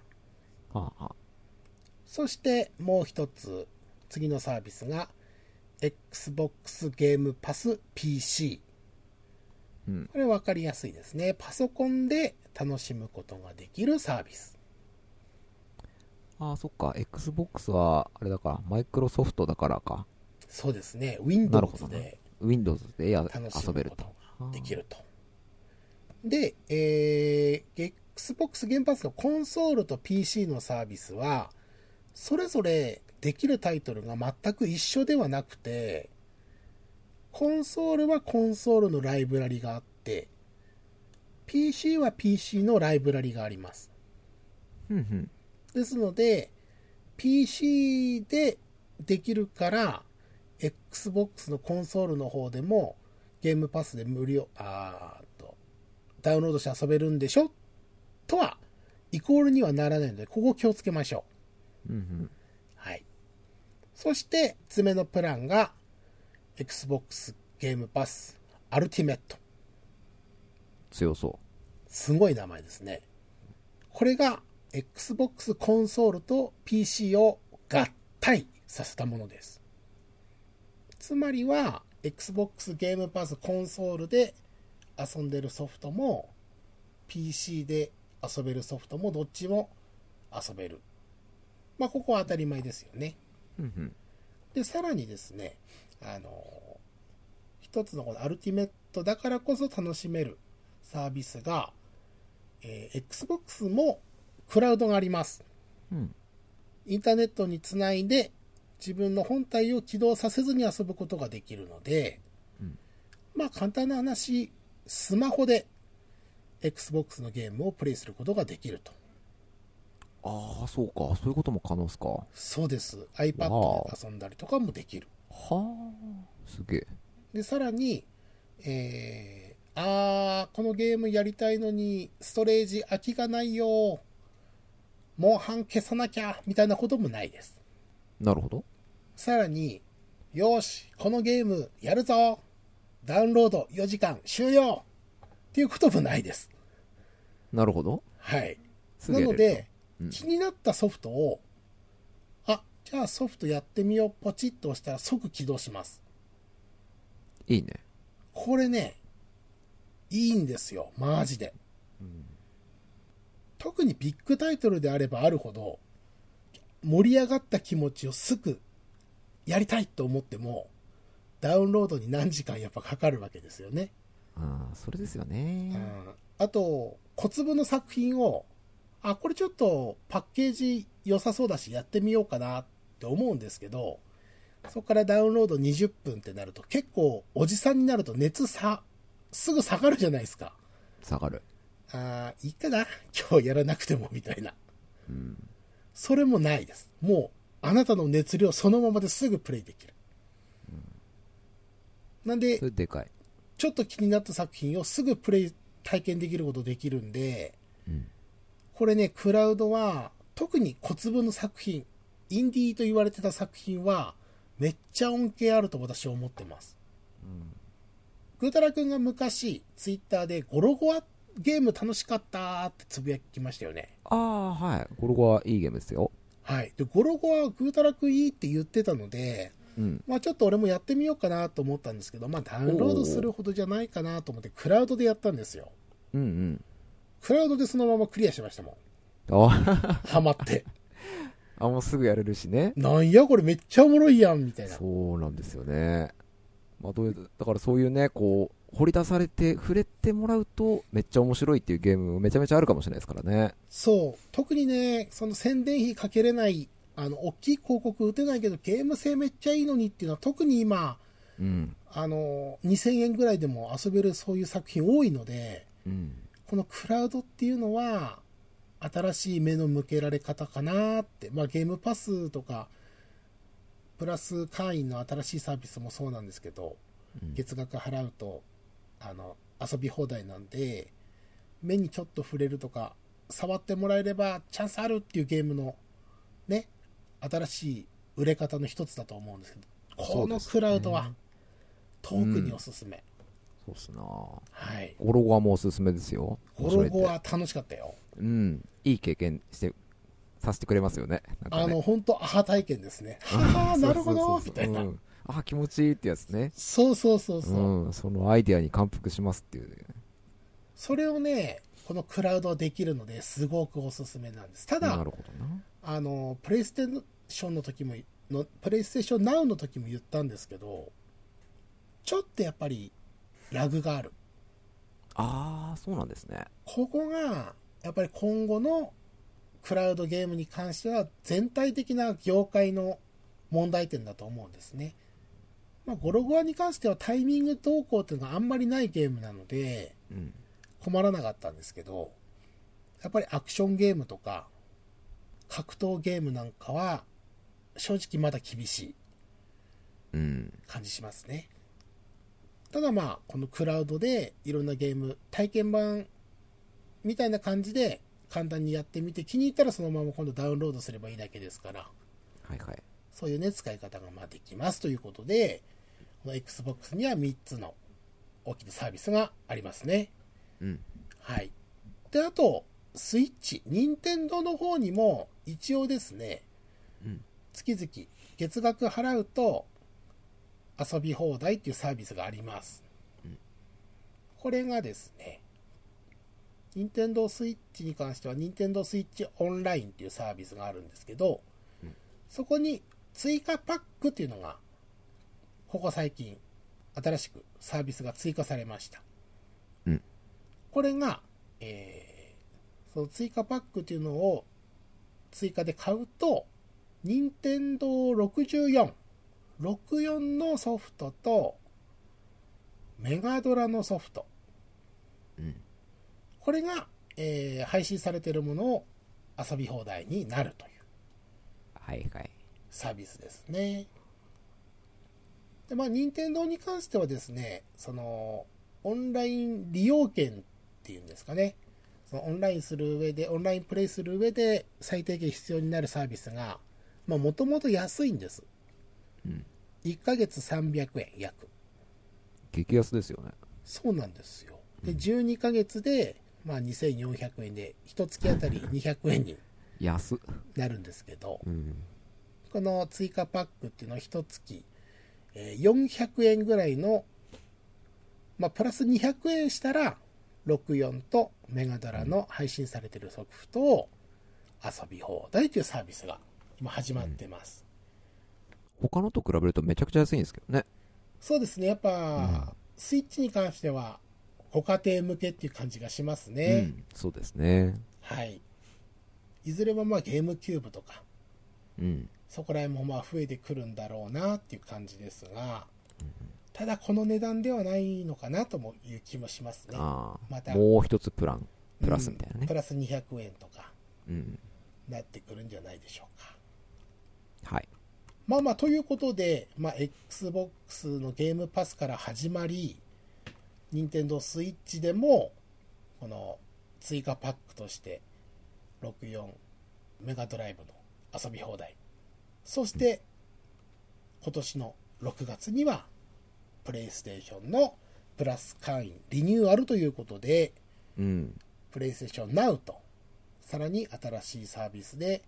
B: はあはあ
A: そしてもう一つ次のサービスが XBOX ゲームパス PC
B: うん
A: これ分かりやすいですねパソコンで楽しむことができるサービス
B: あそっか XBOX はあれだからマイクロソフトだからか
A: そうですね
B: なるほ
A: Windows
B: どね
A: で
B: Windows でや
A: 楽し
B: 遊
A: む
B: べる
A: こととができるとで、えー XBOX ゲームパスのコンソールと PC のサービスはそれぞれできるタイトルが全く一緒ではなくてコンソールはコンソールのライブラリがあって PC は PC のライブラリがあります。
B: ふんふん
A: ですので、PC でできるから、Xbox のコンソールの方でも、ゲームパスで無料、あーっと、ダウンロードして遊べるんでしょとは、イコールにはならないので、ここ気をつけましょ
B: うんうん
A: う。はい。そして、爪のプランが、Xbox ゲームパス、アルティメット。
B: 強そ
A: すごい名前ですね。これが Xbox コンソールと PC を合体させたものです。つまりは Xbox ゲームパスコンソールで遊んでるソフトも PC で遊べるソフトもどっちも遊べる。まあここは当たり前ですよね。
B: ううんうん
A: で、さらにですね、あの、一つのこのアルティメットだからこそ楽しめるサービスが、えー Xbox もクラウドがあります。
B: うん
A: インターネットにつないで自分の本体を起動させずに遊ぶことができるので、
B: うん
A: まあ簡単な話、スマホで Xbox のゲームをプレイすることができると。
B: ああそうかそういうことも可能っすかは
A: そうです。iPad で遊んだりとかもできる。
B: あすげえ
A: でさらに、えーあーこのゲームやりたいのにストレージ空きがないよモンハン消さなきゃみたいなこともないです
B: なるほど
A: さらによーしこのゲームやるぞダウンロード4時間終了っていうこともないです
B: なるほど
A: はい
B: すげ
A: な
B: え
A: ので、
B: うん
A: 気になったソフトをあじゃあソフトやってみようポチッと押したら即起動します
B: いいね
A: これね、いいんですよ、マジで。特にビッグタイトルであればあるほど、盛り上がった気持ちをすぐやりたいと思っても、ダウンロードに何時間やっぱかかるわけですよね。
B: ああそれですよね
A: うんあと、小粒の作品を、あ、これちょっとパッケージ良さそうだしやってみようかなって思うんですけど、そこからダウンロード20分ってなると結構おじさんになると熱さ、すぐ下がるじゃないですか。
B: 下がる
A: あーいいかな今日やらなくてもみたいな。
B: うん
A: それもないです。もう、あなたの熱量そのままですぐプレイできる。なんで
B: そ、れでかい
A: ちょっと気になった作品をすぐプレイ体験できることできるんで、
B: うん
A: これね、クラウドは、特に小粒の作品、インディーと言われてた作品は、めっちゃ恩恵あると私は思ってます。ぐうたらくんが昔、ツイッターで、ゴロゴアゲーム楽しかったってつぶやきましたよね。
B: ああはいゴルゴはいいゲームですよ
A: はい。で、ゴロゴアぐうたらくんいいって言ってたので、
B: うん
A: まあちょっと俺もやってみようかなと思ったんですけど、まあダウンロードするほどじゃないかなと思って、クラウドでやったんですよ。
B: うんうん
A: クラウドでそのままクリアしましたもん。
B: あ
A: ハマって。
B: あもうすぐやれるしね
A: なんやこれめっちゃおもろいやんみたいな。
B: そうなんですよね、まあ、どういうだからそういうねこう掘り出されて触れてもらうとめっちゃ面白いっていうゲームめちゃめちゃあるかもしれないですからね
A: そう。特にね、その宣伝費かけれない、あの、大きい広告打てないけど、ゲーム性めっちゃいいのにっていうのは、特に今、
B: うん
A: あの、2000円ぐらいでも遊べるそういう作品多いので、
B: うん
A: このクラウドっていうのは、新しい目の向けられ方かなって、まあゲームパスとか、プラス会員の新しいサービスもそうなんですけど、月額払うと、あの、遊び放題なんで、目にちょっと触れるとか、触ってもらえればチャンスあるっていうゲームの、ね、新しい売れ方の一つだと思うんですけど、こ
B: そう
A: の
B: ですね
A: クラウドは、特におすすめ。
B: そうっすな
A: はい。
B: ゴロゴはもうおすすめですよ
A: ゴロゴ
B: 面白いって
A: は楽しかったよ。
B: うんいい経験してさせてくれますよねな
A: あ
B: んかね
A: の、本当アハ体験ですね。 (laughs) はあ、なるほど、みたいな
B: う。んああ気持ちいいってやつね
A: そうそうそうそう。
B: うんそのアイデアに感服しますっていうね
A: それをね、このクラウドはできるのですごくおすすめなんです。ただ
B: な、るほどな
A: あの、プレイステーションの時も、のプレイステーションナウの時も言ったんですけど、ちょっとやっぱりラグがある。
B: ああそうなんですね
A: ここが、やっぱり今後のクラウドゲームに関しては全体的な業界の問題点だと思うんですね。まあ、ゴロゴアに関してはタイミング動向っていうのがあんまりないゲームなので、
B: うん
A: 困らなかったんですけど、やっぱりアクションゲームとか、格闘ゲームなんかは、正直まだ厳しい
B: うん。
A: 感じしますね。ただまあ、このクラウドでいろんなゲーム、体験版みたいな感じで簡単にやってみて、気に入ったらそのまま今度ダウンロードすればいいだけですから、
B: はいはい。
A: そういうね、使い方がまあできますということで、この Xbox には3つの大きなサービスがありますね。
B: うん。
A: はい。で、あと、スイッチ、任天堂の方にも、一応ですね、
B: うん
A: 月々、月額払うと、遊び放題っていうサービスがあります。
B: うん
A: これがですね、任天堂スイッチに関しては、任天堂スイッチオンラインっていうサービスがあるんですけど、
B: うん
A: そこに追加パックっていうのが、ここ最近、新しくサービスが追加されました。これが、えーその追加パックっていうのを追加で買うと、任天堂64、64のソフトと、メガドラのソフト。
B: うん。
A: これが、えー配信されているものを遊び放題になるという
B: はいはい。
A: サービスですね。で、まあ、任天堂に関してはですね、その、オンライン利用券っていうんですかね、そのオンラインする上で、オンラインプレイする上で最低限必要になるサービスが、まあ、もともと安いんです。
B: うん。
A: 1ヶ月300円約。
B: 激安ですよね。
A: そうなんですよ。で、12ヶ月で、まあ、2400円で、1月あたり200円に
B: 安。
A: なるんですけど、
B: うん。
A: この追加パックっていうのは1月、えー400円ぐらいの、まあ、プラス200円したら、64とメガドラの配信されてるソフトを遊び放題というサービスが今始まってます。
B: 他のと比べるとめちゃくちゃ安いんですけどね。
A: そうですね、やっぱ、
B: ん
A: スイッチに関しては、ご家庭向けっていう感じがします
B: う
A: ね。
B: ん。そうですね。
A: はい。いずれはまあゲームキューブとか、
B: うん。
A: そこら辺もまあ増えてくるんだろうなっていう感じですが、ただこの値段ではないのかなともいう気もしますね。
B: ああ、
A: また
B: もう一つプラン。
A: うん
B: プラスみたいなね
A: プ。ラス200円とか
B: うん。
A: なってくるんじゃないでしょうか。
B: はい。
A: まあまあ、ということで、まあ、Xbox のゲームパスから始まり、Nintendo Switch でも、この追加パックとして、64メガドライブの遊び放題。そして、今年の6月には、PlayStation のプラス会員リニューアルということで、
B: うん。
A: PlayStation Now と、さらに新しいサービスで、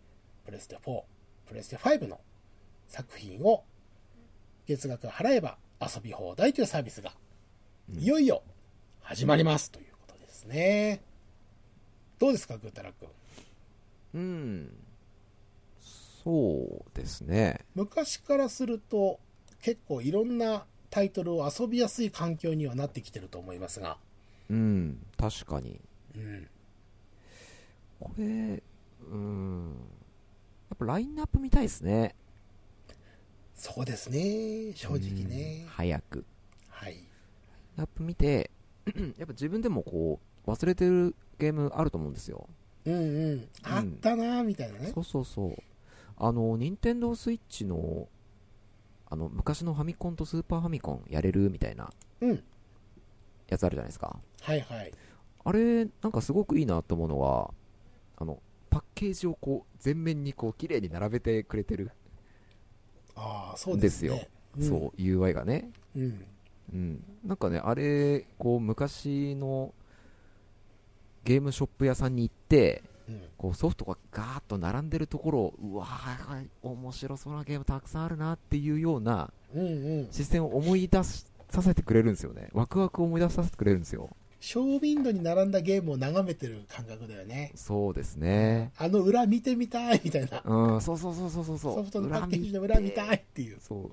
A: プレステ4、プレステ5の作品を月額払えば遊び放題というサービスが、いよいよ始まりますということですね。どうですか、ぐーたらくん。
B: うん。そうですね。
A: 昔からすると、結構いろんなタイトルを遊びやすい環境にはなってきてると思いますが、
B: うん。確かに。
A: うん、
B: これ、うん。やっぱラインナップ見たいですね。
A: そうですね、正直
B: う
A: ね
B: ん。早く。
A: はい。
B: ラインナップ見て、 (clears throat) やっぱ自分でもこう、忘れてるゲームあると思うんですよ。
A: うんうん。あったなーみたいなね。
B: そうそうそう。あの、任天堂スイッチの、あの、昔のファミコンとスーパーファミコンやれるみたいな
A: うん。
B: やつあるじゃないですか。
A: はいはい。
B: あれ、なんかすごくいいなと思うのは、あの、パッケージをこう、全面にこう、綺麗に並べてくれてる、
A: ああ、そうです,、ね、
B: そう、UI がね。
A: うん。うん。
B: うん。なんかね、あれ、こう、昔の、ゲームショップ屋さんに行って、
A: うん。
B: こうソフトがガーッと並んでるところをうわー面白そうなゲームたくさんあるなっていうような
A: うんうん。
B: 視線を思い出しさせてくれるんですよねワクワクを思い出させてくれるんですよ
A: ショーウィンドウに並んだゲームを眺めてる感覚だよね。
B: そうですね
A: あの裏見てみたいみたいな。
B: うんそうそうそうそうそうそう
A: ソフトのパッケージの裏見たいっていう。
B: そう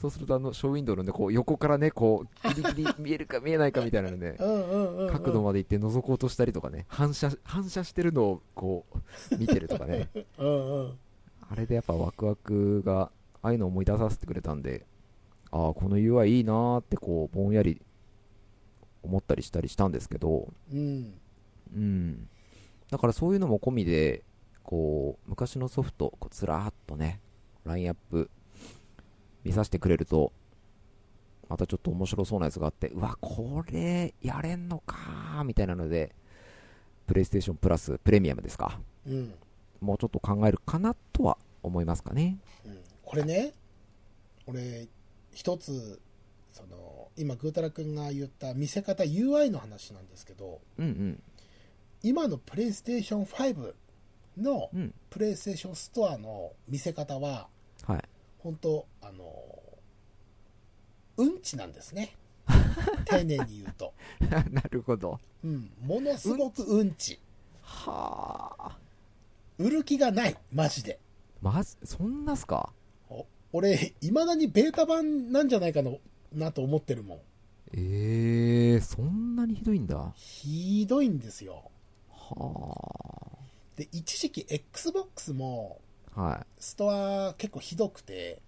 B: そうするとあのショーウィンドウの、ね、こう横からねこうギリギリ見えるか見えないかみたいなので、ね
A: (laughs) う、んうんうん、うん。
B: 角度まで行って覗こうとしたりとかね反射反射してるのをこう見てると
A: (laughs)
B: かね
A: うんうん。
B: あれでやっぱワクワクがああいうのを思い出させてくれたんでああこの UI いいなーってこうぼんやり思ったりしたりしたんですけど、
A: うん。
B: うん、だからそういうのも込みでこう昔のソフトこうずらーっとねラインアップ見させてくれるとまたちょっと面白そうなやつがあってうわこれやれんのかーみたいなのでプレイステーションプラスプレミアムですか
A: うん。
B: もうちょっと考えるかなとは思いますかね
A: うんこれね、俺、一つ、その、今、ぐーたらくんが言った見せ方 UI の話なんですけど、
B: うん
A: 今のプレイステーション5の
B: うん (laughs) うん
A: プレイステーションストアの見せ方は、
B: はい
A: 本当あの、うんちなんです (laughs) ね。丁寧に言うと。
B: なるほど
A: うん。ものすごくうんち。
B: はあ
A: 売る気がない。マジで。
B: まずそんなっすか
A: お俺、いまだにベータ版なんじゃないかのなと思ってるもん。
B: えー、そんなにひどいんだは
A: ひどいんですよ。
B: あ
A: で、一時期 Xbox も
B: は
A: ストア結構ひどくて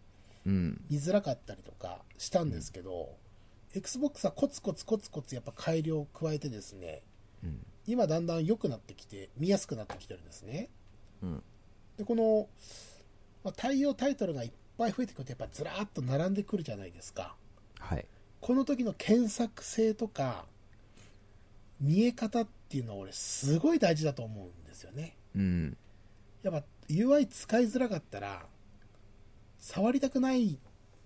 B: い。うん。
A: 見づらかったりとかしたんですけど、Xbox はコツコツコツコツやっぱ改良を加えてですね、
B: うん。
A: 今だんだん良くなってきて、見やすくなってきてるんですね。
B: うん。
A: で、この、まあ、対応タイトルがいっぱい増えてくるとやっぱずらーっと並んでくるじゃないですか。
B: はい。
A: この時の検索性とか、見え方っていうのは俺すごい大事だと思うんですよね。
B: うん。
A: やっぱ UI 使いづらかったら、触りたくない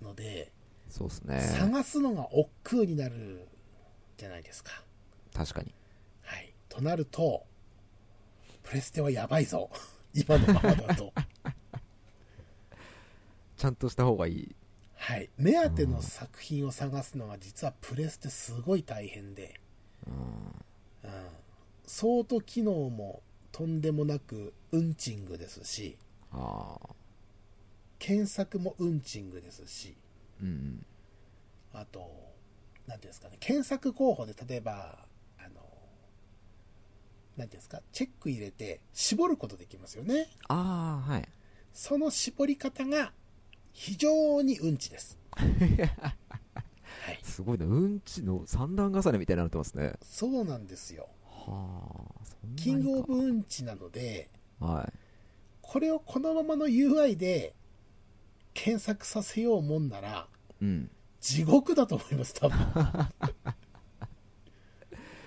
A: ので、
B: そうっすね。
A: 探すのが億劫になるじゃないですか。
B: 確かに。
A: はい。となると、プレステはやばいぞ。 (laughs) 今のままだと。
B: ちゃんとした方がいい。
A: はい。目当ての作品を探すのは実はプレステすごい大変で。
B: うん。
A: うん相当機能もとんでもなくうんちんぐですし
B: ああ。
A: 検索もうんちんぐですし
B: うん。
A: あと何ていうんですかね検索候補で例えばあの何ていうんですかチェック入れて絞ることできますよね
B: ああ、はい。
A: その絞り方が非常にうんちですはい
B: すごいな。うんちの三段重ねみたいになってますね。
A: そうなんですよ
B: はあ。そんなにか
A: キングオブうんちなので
B: は
A: これをこのままの UI で検索させようもんなら
B: い。うん。
A: 地獄だと思います
B: (laughs)
A: 多分ま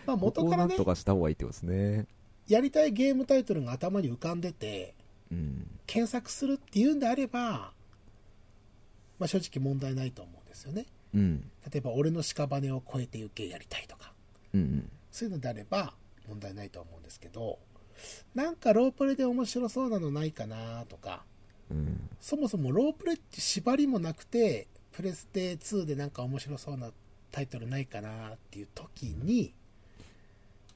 A: あ元から
B: ここをな
A: ね
B: んとかした方がいいってことですね。
A: やりたいゲームタイトルが頭に浮かんでて
B: うん。
A: 検索するっていうんであれば、まあ、正直問題ないと思うんですよね
B: うん。
A: 例えば俺の屍を越えて行けやりたいとか
B: うん。
A: そういうのであれば問題ないと思うんですけどなんかロープレで面白そうなのないかなとか
B: うん。
A: そもそもロープレって縛りもなくて、プレステ2でなんか面白そうなタイトルないかなっていう時に、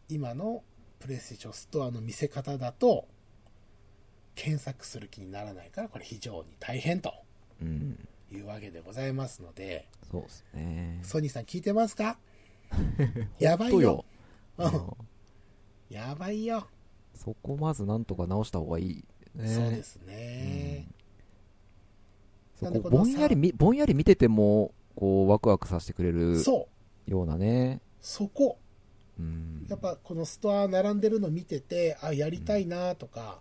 A: 今のプレイステーションストアの見せ方だと、検索する気にならないから、これ非常に大変と
B: うん。
A: いうわけでございますので、
B: そうっすね。
A: ソニーさん聞いてますかやばいよ。
B: ほんと
A: う
B: よ。
A: ん
B: うん
A: やばいよ。
B: そこまずなんとか直した方がいい。ね
A: そうですね。
B: そ
A: なんで
B: こ
A: この
B: ぼんやりみぼんやり見ててもこうワクワクさせてくれる
A: そう。
B: ようなね
A: そこ。
B: うん
A: やっぱこのストア並んでるの見ててあやりたいなとか、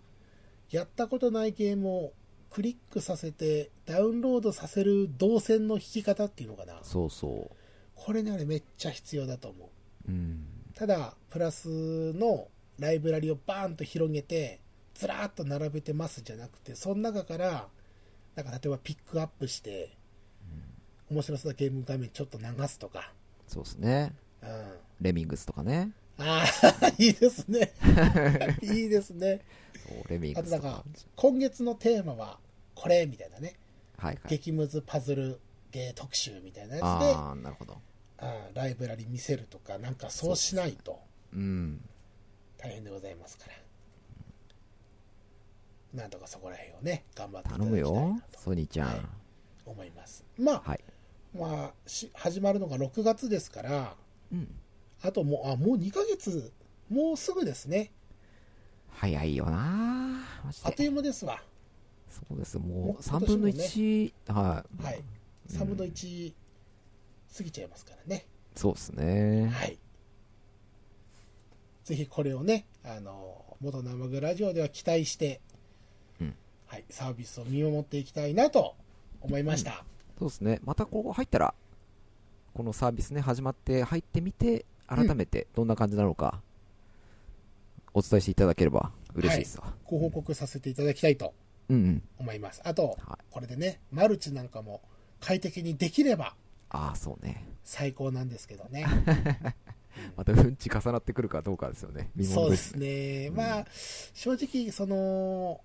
A: やったことないゲームをクリックさせてダウンロードさせる動線の引き方っていうのかな
B: そうそ
A: これねあれめっちゃ必要だと思う
B: ううん
A: ただプラスのライブラリをバーンと広げてずらーっと並べてますじゃなくてその中からなんか例えばピックアップして、面白そうなゲーム画面ちょっと流すとか、
B: そうっすね
A: うん、あ
B: レミングスとかね
A: あ (laughs) いいですねいいですね
B: そうレミン
A: あ
B: グ
A: とな
B: スと
A: ん
B: か
A: か、今月のテーマはこれみたいなね、
B: はいはい
A: 激ムズパズルゲー特集みたいなやつで、
B: ああなるほど
A: あーライブラリ見せるとか、なんかそうしないと
B: うん
A: 大変でございますから。なんとかそこら辺をね、頑張っていた
B: 頼
A: だき
B: む
A: たい
B: よ
A: なと
B: ソニーちゃん
A: はい思います。まあ、
B: はい
A: まあし、始まるのが6月ですから、
B: うん
A: あともう、あ、もう2ヶ月、もうすぐですね。
B: 早いよなマジ
A: あっとい
B: で
A: う間ですわ。
B: そうです
A: も
B: も
A: う
B: う3分の
A: 今
B: 1はい
A: はい。3分の1過ぎちゃいますからね。
B: そうっすね
A: はい。ぜひこれをね、あの、元生グラジオでは期待して、
B: うん
A: はい、サービスを見守っていきたいなと思いました。
B: そうですね。またここ入ったら、このサービスね、始まって入ってみて、改めてどんな感じなのか、お伝えしていただければ嬉しいですわ。
A: ご報告させていただきたいと
B: うんうん。
A: 思います。あと、
B: は
A: これでね、マルチなんかも快適にできれば
B: ああ、そうね。
A: 最高なんですけどね。
B: またうんち重なってくるかどうかですよね。見
A: そ
B: 物
A: う
B: で
A: ですす
B: ね。
A: ね。
B: うん
A: まあ、正直、その、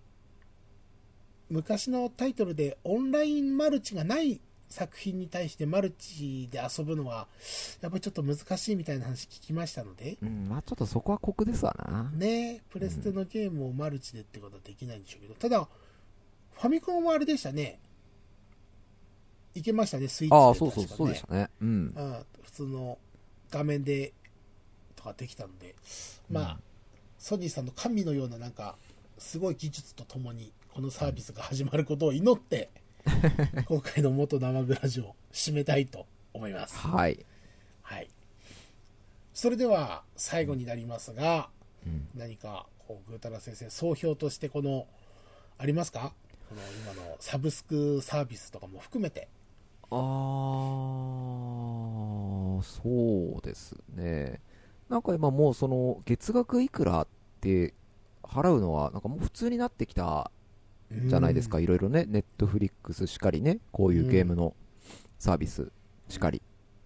A: 昔のタイトルでオンラインマルチがない作品に対してマルチで遊ぶのは、やっぱりちょっと難しいみたいな話聞きましたので、
B: うん、まあちょっとそこは酷ですわな。
A: ね、プレステのゲームをマルチでってことはできないんでしょうけど、ただ、ファミコンはあれでしたね。いけましたね、スイッチで。
B: ああ、そうそう、
A: 確かね
B: そうでしたね。うん。
A: うん、普通の画面でとかできたので、まあ、
B: うん
A: ソニーさんの神のようななんか、すごい技術とともに、このサービスが始まることを祈って、
B: (laughs)
A: 今回の元生グラジオを締めたいと思います。
B: はい。
A: はい。それでは、最後になりますが、
B: うん
A: 何か、こう、ぐうたら先生、総評としてこの、ありますかこの今のサブスクサービスとかも含めて。
B: あー、そうですね。なんか今もうその月額いくらって払うのはなんかもう普通になってきたじゃないですか。いろいろね、ネットフリックスしかりね、こういうゲームのサービスしかり、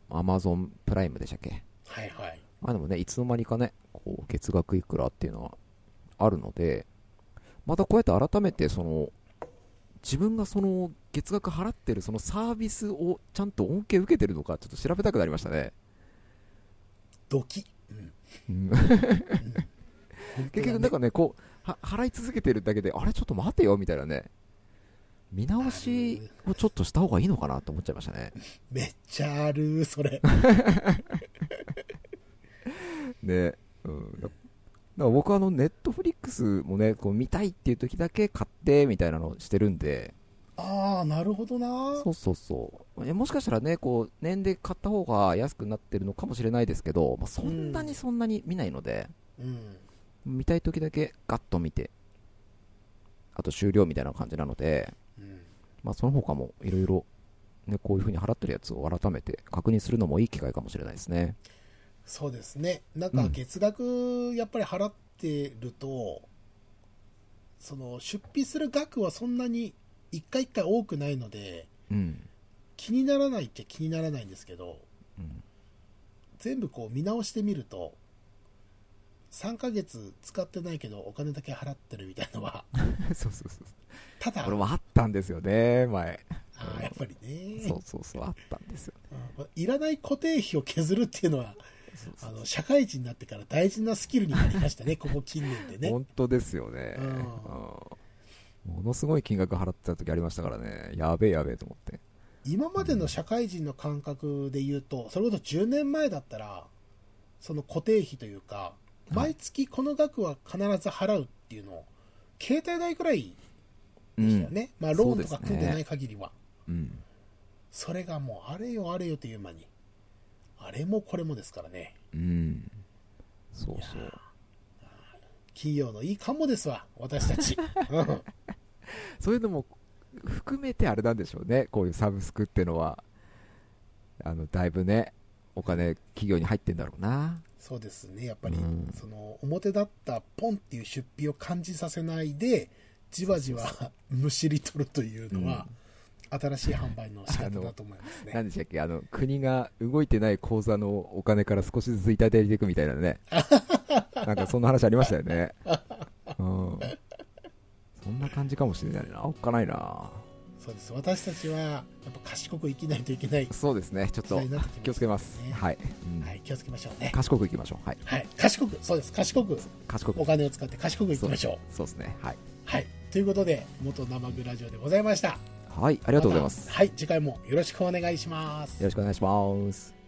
B: アマゾンプライムでしたっけ。
A: はいはい。
B: まあでもね、いつの間にかね、こう月額いくらっていうのはあるので、またこうやって改めてその、自分がその月額払ってるそのサービスをちゃんと恩恵受けてるのかちょっと調べたくなりましたね。
A: ドキ。うん
B: うん (laughs) 結局
A: な
B: なんん
A: か
B: かね、こう、は払い続けてるだけで、あれちょっと待てよみたいなね、見直しをちょっとした方がいいのかなと思っちゃいましたね。
A: めっちゃあるそれ (laughs)
B: ね、うん、だから僕はあのネットフリックスもねこう見たいっていう時だけ買ってみたいなのをしてるんで
A: ああなるほどな
B: そうそうそういやもしかしたらねこう年で買った方が安くなってるのかもしれないですけど、まあ、そんなにそんなに見ないので、
A: うん
B: 見たい時だけガッと見てあと終了みたいな感じなので、
A: うん
B: まあ、その他もいろいろねこういう風に払ってるやつを改めて確認するのもいい機会かもしれないですね
A: そうですねなんか
B: うん
A: 月額やっぱり払ってると、その出費する額はそんなに一回一回多くないので
B: うん、
A: 気にならないっちゃ気にならないんですけど
B: うん、
A: 全部こう見直してみると3ヶ月使ってないけどお金だけ払ってるみたいなのは
B: (laughs) そうそうそう
A: ただ
B: 俺もあったんですよね前
A: あーやっぱりね
B: そうそうそう、あったんですよ、ね。
A: うんいらない固定費を削るっていうのは
B: そうそ
A: あ
B: う
A: の社会人になってから大事なスキルになりましたね、 (laughs) ここ近年でね。
B: 本当ですよね、
A: うん
B: うんものすごい金額払ってた時ありましたからね、やべえやべえと思って。
A: 今までの社会人の感覚で言うと、それこそ10年前だったら、その固定費というか、
B: い
A: 毎月この額は必ず払うっていうのを、携帯代くらいでしたよね、まあローンとか
B: そうです
A: 組
B: ね
A: んでない限りは、
B: うん。
A: それがもうあれよあれよという間に、あれもこれもですからね、
B: うん。そうそう。
A: 企業のいいかもですわ、私た
B: (laughs)
A: ち。うん
B: そういうのも含めてあれなんでしょうね、こういうサブスクっていうのは。あの、だいぶね、お金、企業に入ってんだろうな。
A: そうですね、やっぱり、
B: うん
A: その表だったポンっていう出費を感じさせないで、じわじわむしり取るというのは、新しい販売の仕方だと思いますね。
B: 何でしたっけ、あの、国が動いてない口座のお金から少しずついただいていくみたいな (laughs) ね。なんかそんな話ありましたよね。うん。そんな感じかもしれないな。おっかないな。
A: そうです私たちはやっぱ賢く生きないといけない時
B: そうですね。ちょっと
A: 代になってきました、ね、
B: 気をつけます。はい、うん
A: はい、気をつけましょうね。
B: 賢くいきましょう。はい。
A: はい、賢く、そうです、賢く
B: 賢く。
A: お金を使って賢くいきましょう。
B: そうですね。はい。
A: はい、ということで、元生グラジオでございました。あり
B: はい。ありがとうございます。
A: はい、次回もよろしくお願いします。
B: よろしくお願いします。